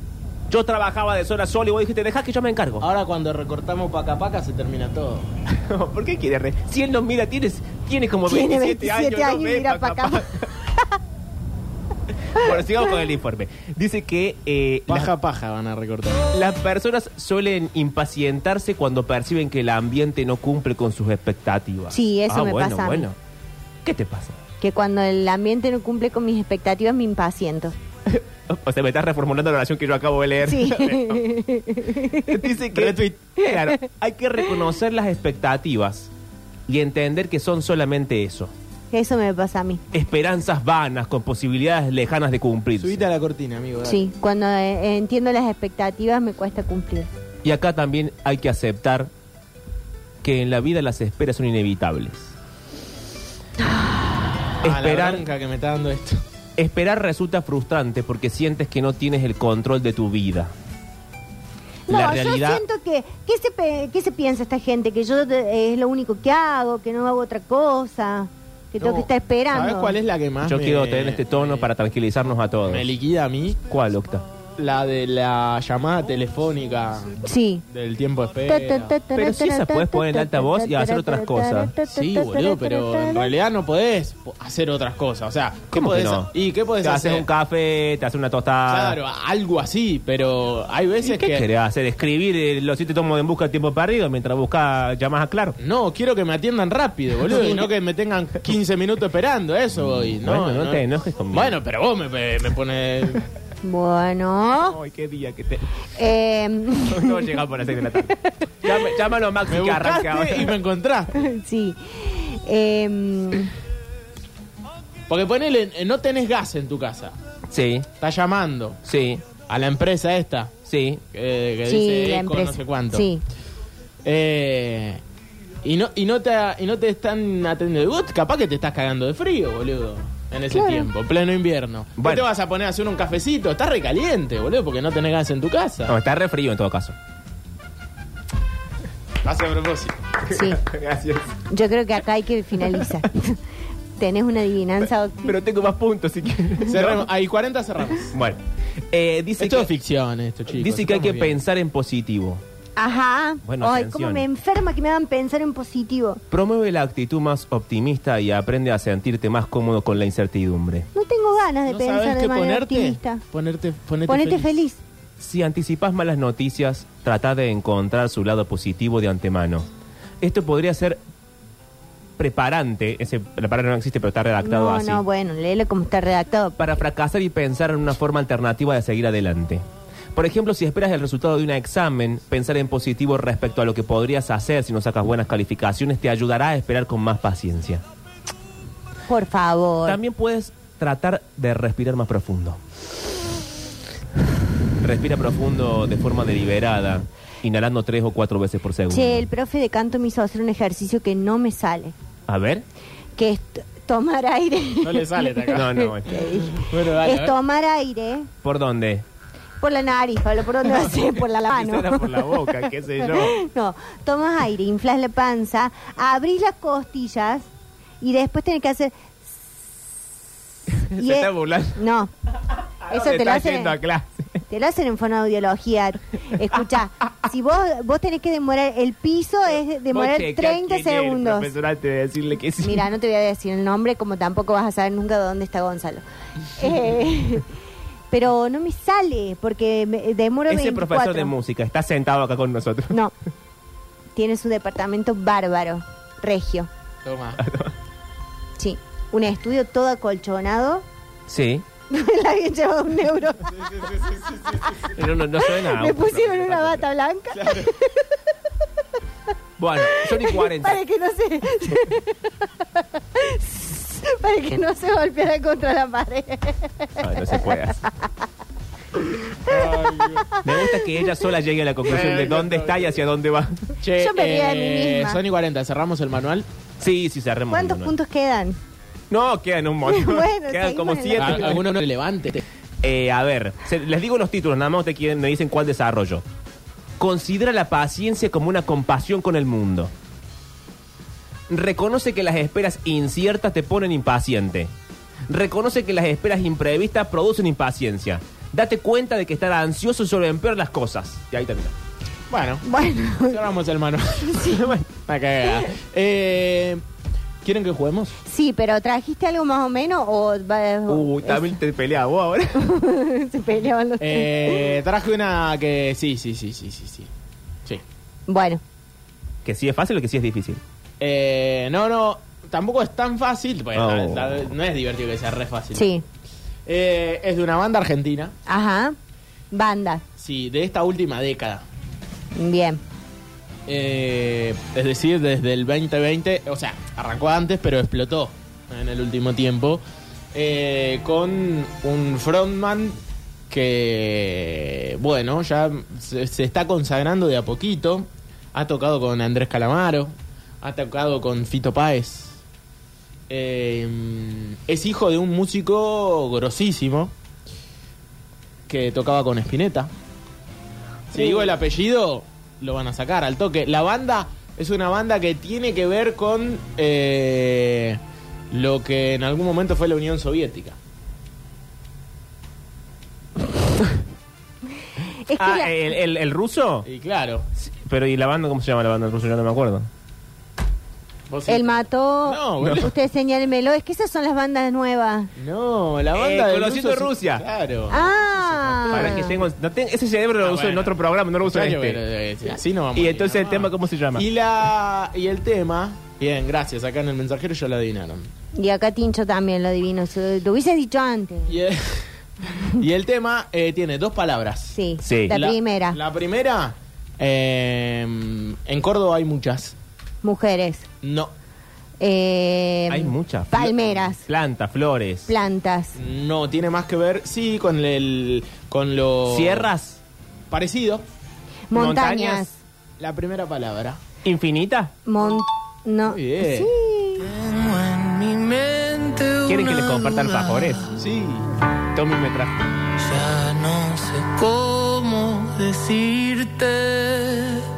Speaker 3: Yo trabajaba de sol a sol y vos dijiste, dejá que yo me encargo.
Speaker 1: Ahora cuando recortamos paca paca se termina todo.
Speaker 3: <laughs> ¿Por qué quiere re? Si él nos mira, tienes, tiene como
Speaker 2: Tiene
Speaker 3: 27,
Speaker 2: 27
Speaker 3: años.
Speaker 2: años
Speaker 3: no
Speaker 2: y
Speaker 3: ve
Speaker 2: mira
Speaker 3: pa'
Speaker 2: pa' acá.
Speaker 3: <laughs> bueno, sigamos con el informe. Dice que eh, las,
Speaker 1: Paja paja van a recortar.
Speaker 3: las personas suelen impacientarse cuando perciben que el ambiente no cumple con sus expectativas.
Speaker 2: Sí, eso
Speaker 3: Ah,
Speaker 2: me
Speaker 3: bueno,
Speaker 2: pasa a mí.
Speaker 3: Bueno, ¿qué te pasa?
Speaker 2: Que cuando el ambiente no cumple con mis expectativas me impaciento.
Speaker 3: Oh, O sea, me estás reformulando la oración que yo acabo de leer.
Speaker 2: Sí.
Speaker 3: <laughs> Dice que Claro, hay que reconocer las expectativas y entender que son solamente eso.
Speaker 2: Eso me pasa a mí.
Speaker 3: Esperanzas vanas con posibilidades lejanas de cumplirse.
Speaker 1: Subite a la cortina, amigo. dale.
Speaker 2: Sí, cuando eh, entiendo las expectativas me cuesta cumplir.
Speaker 3: Y acá también hay que aceptar que en la vida las esperas son inevitables.
Speaker 1: Ah, la
Speaker 3: Esperar,
Speaker 1: bronca que me está dando esto.
Speaker 3: esperar resulta frustrante porque sientes que no tienes el control de tu vida.
Speaker 2: No,
Speaker 3: la realidad,
Speaker 2: yo siento que ¿qué se, pe- qué se piensa esta gente? Que yo eh, es lo único que hago, que no hago otra cosa, que tengo que estar esperando.
Speaker 1: ¿Sabes cuál es la que más?
Speaker 3: yo
Speaker 1: me-
Speaker 3: quiero tener este tono
Speaker 1: me-
Speaker 3: para tranquilizarnos a todos.
Speaker 1: Me liquida a mí.
Speaker 3: ¿Cuál, Octa?
Speaker 1: la de la llamada telefónica
Speaker 2: Sí.
Speaker 1: del tiempo de espera.
Speaker 3: Eh, Pero si esa podés poner en altavoz y hacer otras cosas.
Speaker 1: Sí, boludo, pero en realidad no podés po- hacer otras cosas. O sea, ¿qué
Speaker 3: ¿Cómo
Speaker 1: podés,
Speaker 3: que no?
Speaker 1: ¿y qué podés
Speaker 3: Te
Speaker 1: hacer?
Speaker 3: haces un café, te haces una tostada.
Speaker 1: Claro, algo así, pero hay veces
Speaker 3: ¿Y ¿Qué
Speaker 1: que...
Speaker 3: querés hacer? ¿Escribir eh, los siete tomos de En Busca de Tiempo Perdido mientras busca llamas a Claro?
Speaker 1: No, quiero que me atiendan rápido, boludo, y no que me tengan 15 minutos esperando, eso voy. No,
Speaker 3: Bueno, no te enojes conmigo.
Speaker 1: Bueno, pero vos me, me pones...
Speaker 2: Bueno.
Speaker 3: Ay, qué día que te... <laughs>
Speaker 2: em, <laughs>
Speaker 3: No llegamos a las seis de la tarde. <laughs> Llama- Llámalo a Maxi
Speaker 1: Me
Speaker 3: que arranca ahora.
Speaker 1: buscaste y me encontraste.
Speaker 2: sí. Em,
Speaker 1: Porque ponele, eh, no tenés gas en tu casa.
Speaker 3: Sí,
Speaker 1: Estás llamando
Speaker 3: sí,
Speaker 1: a la empresa esta,
Speaker 3: sí.
Speaker 1: que, que
Speaker 2: sí,
Speaker 1: dice
Speaker 2: la
Speaker 1: Eco,
Speaker 2: empresa.
Speaker 1: no sé cuánto.
Speaker 2: Sí.
Speaker 1: Eh, y, no, y, no te, y no te están atendiendo. Vos capaz que te estás cagando de frío, boludo. En ese
Speaker 2: Claro.
Speaker 1: tiempo, en pleno invierno. ¿Qué
Speaker 3: Bueno.
Speaker 1: te vas a poner a hacer un cafecito? Estás recaliente, boludo, porque no tenés gas en tu casa.
Speaker 3: No, está re frío en todo caso.
Speaker 1: Hace a propósito.
Speaker 2: Sí.
Speaker 3: Gracias.
Speaker 2: Yo creo que acá hay que finalizar. <laughs> ¿Tenés una adivinanza? Octi?
Speaker 3: Pero tengo más puntos si quieres.
Speaker 1: Cerramos. Ahí 40 cerramos.
Speaker 3: Bueno, eh, dice
Speaker 1: esto es
Speaker 3: que,
Speaker 1: ficción, esto, chicos.
Speaker 3: dice que hay que
Speaker 1: Estamos bien.
Speaker 3: pensar en positivo.
Speaker 2: Ajá.
Speaker 3: Bueno,
Speaker 2: Ay,
Speaker 3: atención.
Speaker 2: cómo me enferma que me hagan pensar en positivo.
Speaker 3: Promueve la actitud más optimista y aprende a sentirte más cómodo con la incertidumbre.
Speaker 2: No tengo ganas de
Speaker 1: ¿No
Speaker 2: pensar
Speaker 1: sabes
Speaker 2: de
Speaker 1: qué
Speaker 2: manera
Speaker 1: ponerte?
Speaker 2: optimista.
Speaker 1: Ponerte, ponete,
Speaker 2: Ponete feliz.
Speaker 3: Si anticipas malas noticias, trata de encontrar su lado positivo de antemano. Esto podría ser preparante, ese, la palabra no existe pero está redactado
Speaker 2: No,
Speaker 3: así.
Speaker 2: no, bueno, léelo como está redactado.
Speaker 3: para fracasar y pensar en una forma alternativa de seguir adelante. Por ejemplo, si esperas el resultado de un examen, pensar en positivo respecto a lo que podrías hacer si no sacas buenas calificaciones te ayudará a esperar con más paciencia.
Speaker 2: Por favor.
Speaker 3: También puedes tratar de respirar más profundo. Respira profundo de forma deliberada, inhalando tres o cuatro veces por segundo.
Speaker 2: Che, el profe de canto me hizo hacer un ejercicio que no me sale,
Speaker 3: A ver.
Speaker 2: que es t- tomar aire.
Speaker 1: No le sale,
Speaker 2: <laughs>
Speaker 1: te acabo.
Speaker 3: No, no.
Speaker 1: Bueno, dale, a
Speaker 2: es
Speaker 1: ver.
Speaker 2: tomar aire
Speaker 3: ¿Por dónde?
Speaker 2: por la nariz, Pablo, por dónde va a
Speaker 3: <laughs>
Speaker 2: ser, por la mano.
Speaker 3: Quizá era por la
Speaker 2: <laughs>
Speaker 3: boca, qué sé yo.
Speaker 2: No, tomas aire, inflas la panza, abrís las costillas y después tenés
Speaker 3: <laughs>
Speaker 2: que hacer. Y
Speaker 3: Se
Speaker 2: es-
Speaker 3: está burlando. <laughs>
Speaker 2: No. Eso
Speaker 3: Se
Speaker 2: te lo
Speaker 3: está
Speaker 2: hacen.
Speaker 3: yendo a clase.
Speaker 2: Te lo hacen en fonoaudiología.
Speaker 3: <laughs>
Speaker 2: Escucha, si vos vos tenés que demorar, el piso es demorar 30 segundos.
Speaker 3: Profesorate de decirle que sí.
Speaker 2: Mira, no te voy a decir el nombre, como tampoco vas a saber nunca dónde
Speaker 3: <laughs>
Speaker 2: está Gonzalo. Eh, pero no me sale, porque me- demoro
Speaker 3: Ese
Speaker 2: 24.
Speaker 3: profesor de música está sentado acá con nosotros.
Speaker 2: No. Tiene su departamento bárbaro, regio.
Speaker 1: Toma.
Speaker 2: Sí. Un estudio todo acolchonado. <laughs>
Speaker 3: Sí.
Speaker 2: La había llevado un euro.
Speaker 3: No, no, no suena.
Speaker 2: <laughs> Me pusieron una bata blanca
Speaker 3: Bueno, son y 40.
Speaker 2: para que no
Speaker 3: <laughs>
Speaker 2: se... para que no se golpeara contra la pared.
Speaker 3: Ay, no se puede hacer. Me gusta que ella sola llegue a la conclusión de dónde está y hacia dónde va.
Speaker 1: <laughs> Che,
Speaker 2: Yo me ría de mí
Speaker 1: eh,
Speaker 2: misma.
Speaker 1: Sony 40, cerramos el manual.
Speaker 3: Sí, sí, cerremos.
Speaker 2: ¿Cuántos
Speaker 3: uno.
Speaker 2: puntos quedan?
Speaker 3: No, quedan un montón.
Speaker 2: <laughs> Bueno,
Speaker 3: quedan como siete.
Speaker 2: seguimos en la- Ah,
Speaker 1: A- Ah, Alguno no relevante.
Speaker 3: Eh, a ver, se- les digo los títulos, nada más ustedes quieren- me dicen cuál desarrollo. Considera la paciencia como una compasión con el mundo. Reconoce que las esperas inciertas te ponen impaciente. Reconoce que las esperas imprevistas producen impaciencia. Date cuenta de que estar ansioso solo empeora las cosas. Y ahí termina.
Speaker 1: Bueno,
Speaker 2: Bueno,
Speaker 1: cerramos el
Speaker 2: <laughs>
Speaker 1: manual. <laughs> Una cagada. Eh, ¿Quieren que juguemos?
Speaker 2: sí, pero ¿trajiste algo más o menos? O va-
Speaker 3: Uy, también te peleas vos ahora.
Speaker 2: <laughs>
Speaker 3: <laughs>
Speaker 2: se peleaban los
Speaker 1: Eh, traje una que sí, sí, sí, sí, sí, sí. Sí.
Speaker 2: Bueno,
Speaker 3: Que sí es fácil o que sí es difícil.
Speaker 1: Eh, no, no, tampoco es tan fácil. porque
Speaker 3: Oh.
Speaker 1: tal- tal- no es divertido que sea re fácil.
Speaker 2: sí.
Speaker 1: Eh, es de una banda argentina,
Speaker 2: Ajá. Banda.
Speaker 1: sí, de esta última década.
Speaker 2: Bien.
Speaker 1: Eh, es decir, desde el 2020, o sea, arrancó antes, pero explotó en el último tiempo. eh, con un frontman que, bueno, ya se, se está consagrando de a poquito. Ha tocado con Andrés Calamaro, ha tocado con Fito Páez. Eh, es hijo de un músico grosísimo que tocaba con Spinetta. Si digo el apellido, lo van a sacar al toque. La banda es una banda que tiene que ver con eh, lo que en algún momento fue la Unión Soviética.
Speaker 2: Es que
Speaker 3: Ah,
Speaker 2: la-
Speaker 3: el, el- el ruso.
Speaker 1: Y claro.
Speaker 3: Pero ¿y la banda cómo se llama la banda del ruso? Yo no me acuerdo.
Speaker 1: vos-
Speaker 2: el mató.
Speaker 1: No, boludo.
Speaker 2: Ustedes señálenmelo. Es que esas son las bandas nuevas.
Speaker 1: No, la
Speaker 3: Eh,
Speaker 1: banda del
Speaker 3: Conociendo
Speaker 1: ruso es-
Speaker 3: Rusia.
Speaker 1: Claro.
Speaker 2: Ah.
Speaker 3: Para que tengo, no tengo- ese cerebro lo
Speaker 1: Ah,
Speaker 3: uso en
Speaker 1: bueno.
Speaker 3: otro programa, no lo uso en
Speaker 1: Muchacho,
Speaker 3: este.
Speaker 1: pero, eh, así no vamos.
Speaker 3: y
Speaker 1: a ir,
Speaker 3: entonces el
Speaker 1: no
Speaker 3: tema,
Speaker 1: vamos.
Speaker 3: ¿cómo se llama?
Speaker 1: Y la y el tema, bien, gracias, acá en el mensajero ya lo adivinaron.
Speaker 2: Y acá Tincho también lo adivino. Se- Lo hubiese dicho antes.
Speaker 1: Y el, <laughs> y el tema eh, tiene dos palabras.
Speaker 2: Sí.
Speaker 3: Sí.
Speaker 2: La, primera.
Speaker 1: La primera, eh, en Córdoba hay muchas.
Speaker 2: Mujeres.
Speaker 1: No,
Speaker 2: Eh,
Speaker 3: Hay muchas. flo-
Speaker 2: Palmeras.
Speaker 3: Plantas, flores.
Speaker 2: Plantas.
Speaker 1: no tiene más que ver, sí, con el con lo
Speaker 3: Sierras.
Speaker 1: parecido.
Speaker 2: Montañas.
Speaker 3: Montañas.
Speaker 1: La primera palabra.
Speaker 3: Infinitas.
Speaker 2: Mon- no.
Speaker 1: Muy bien.
Speaker 2: Sí.
Speaker 3: ¿Quieren que les comparta alfajores?
Speaker 1: Sí.
Speaker 3: Tommy me trajo.
Speaker 8: Ya no sé cómo decirte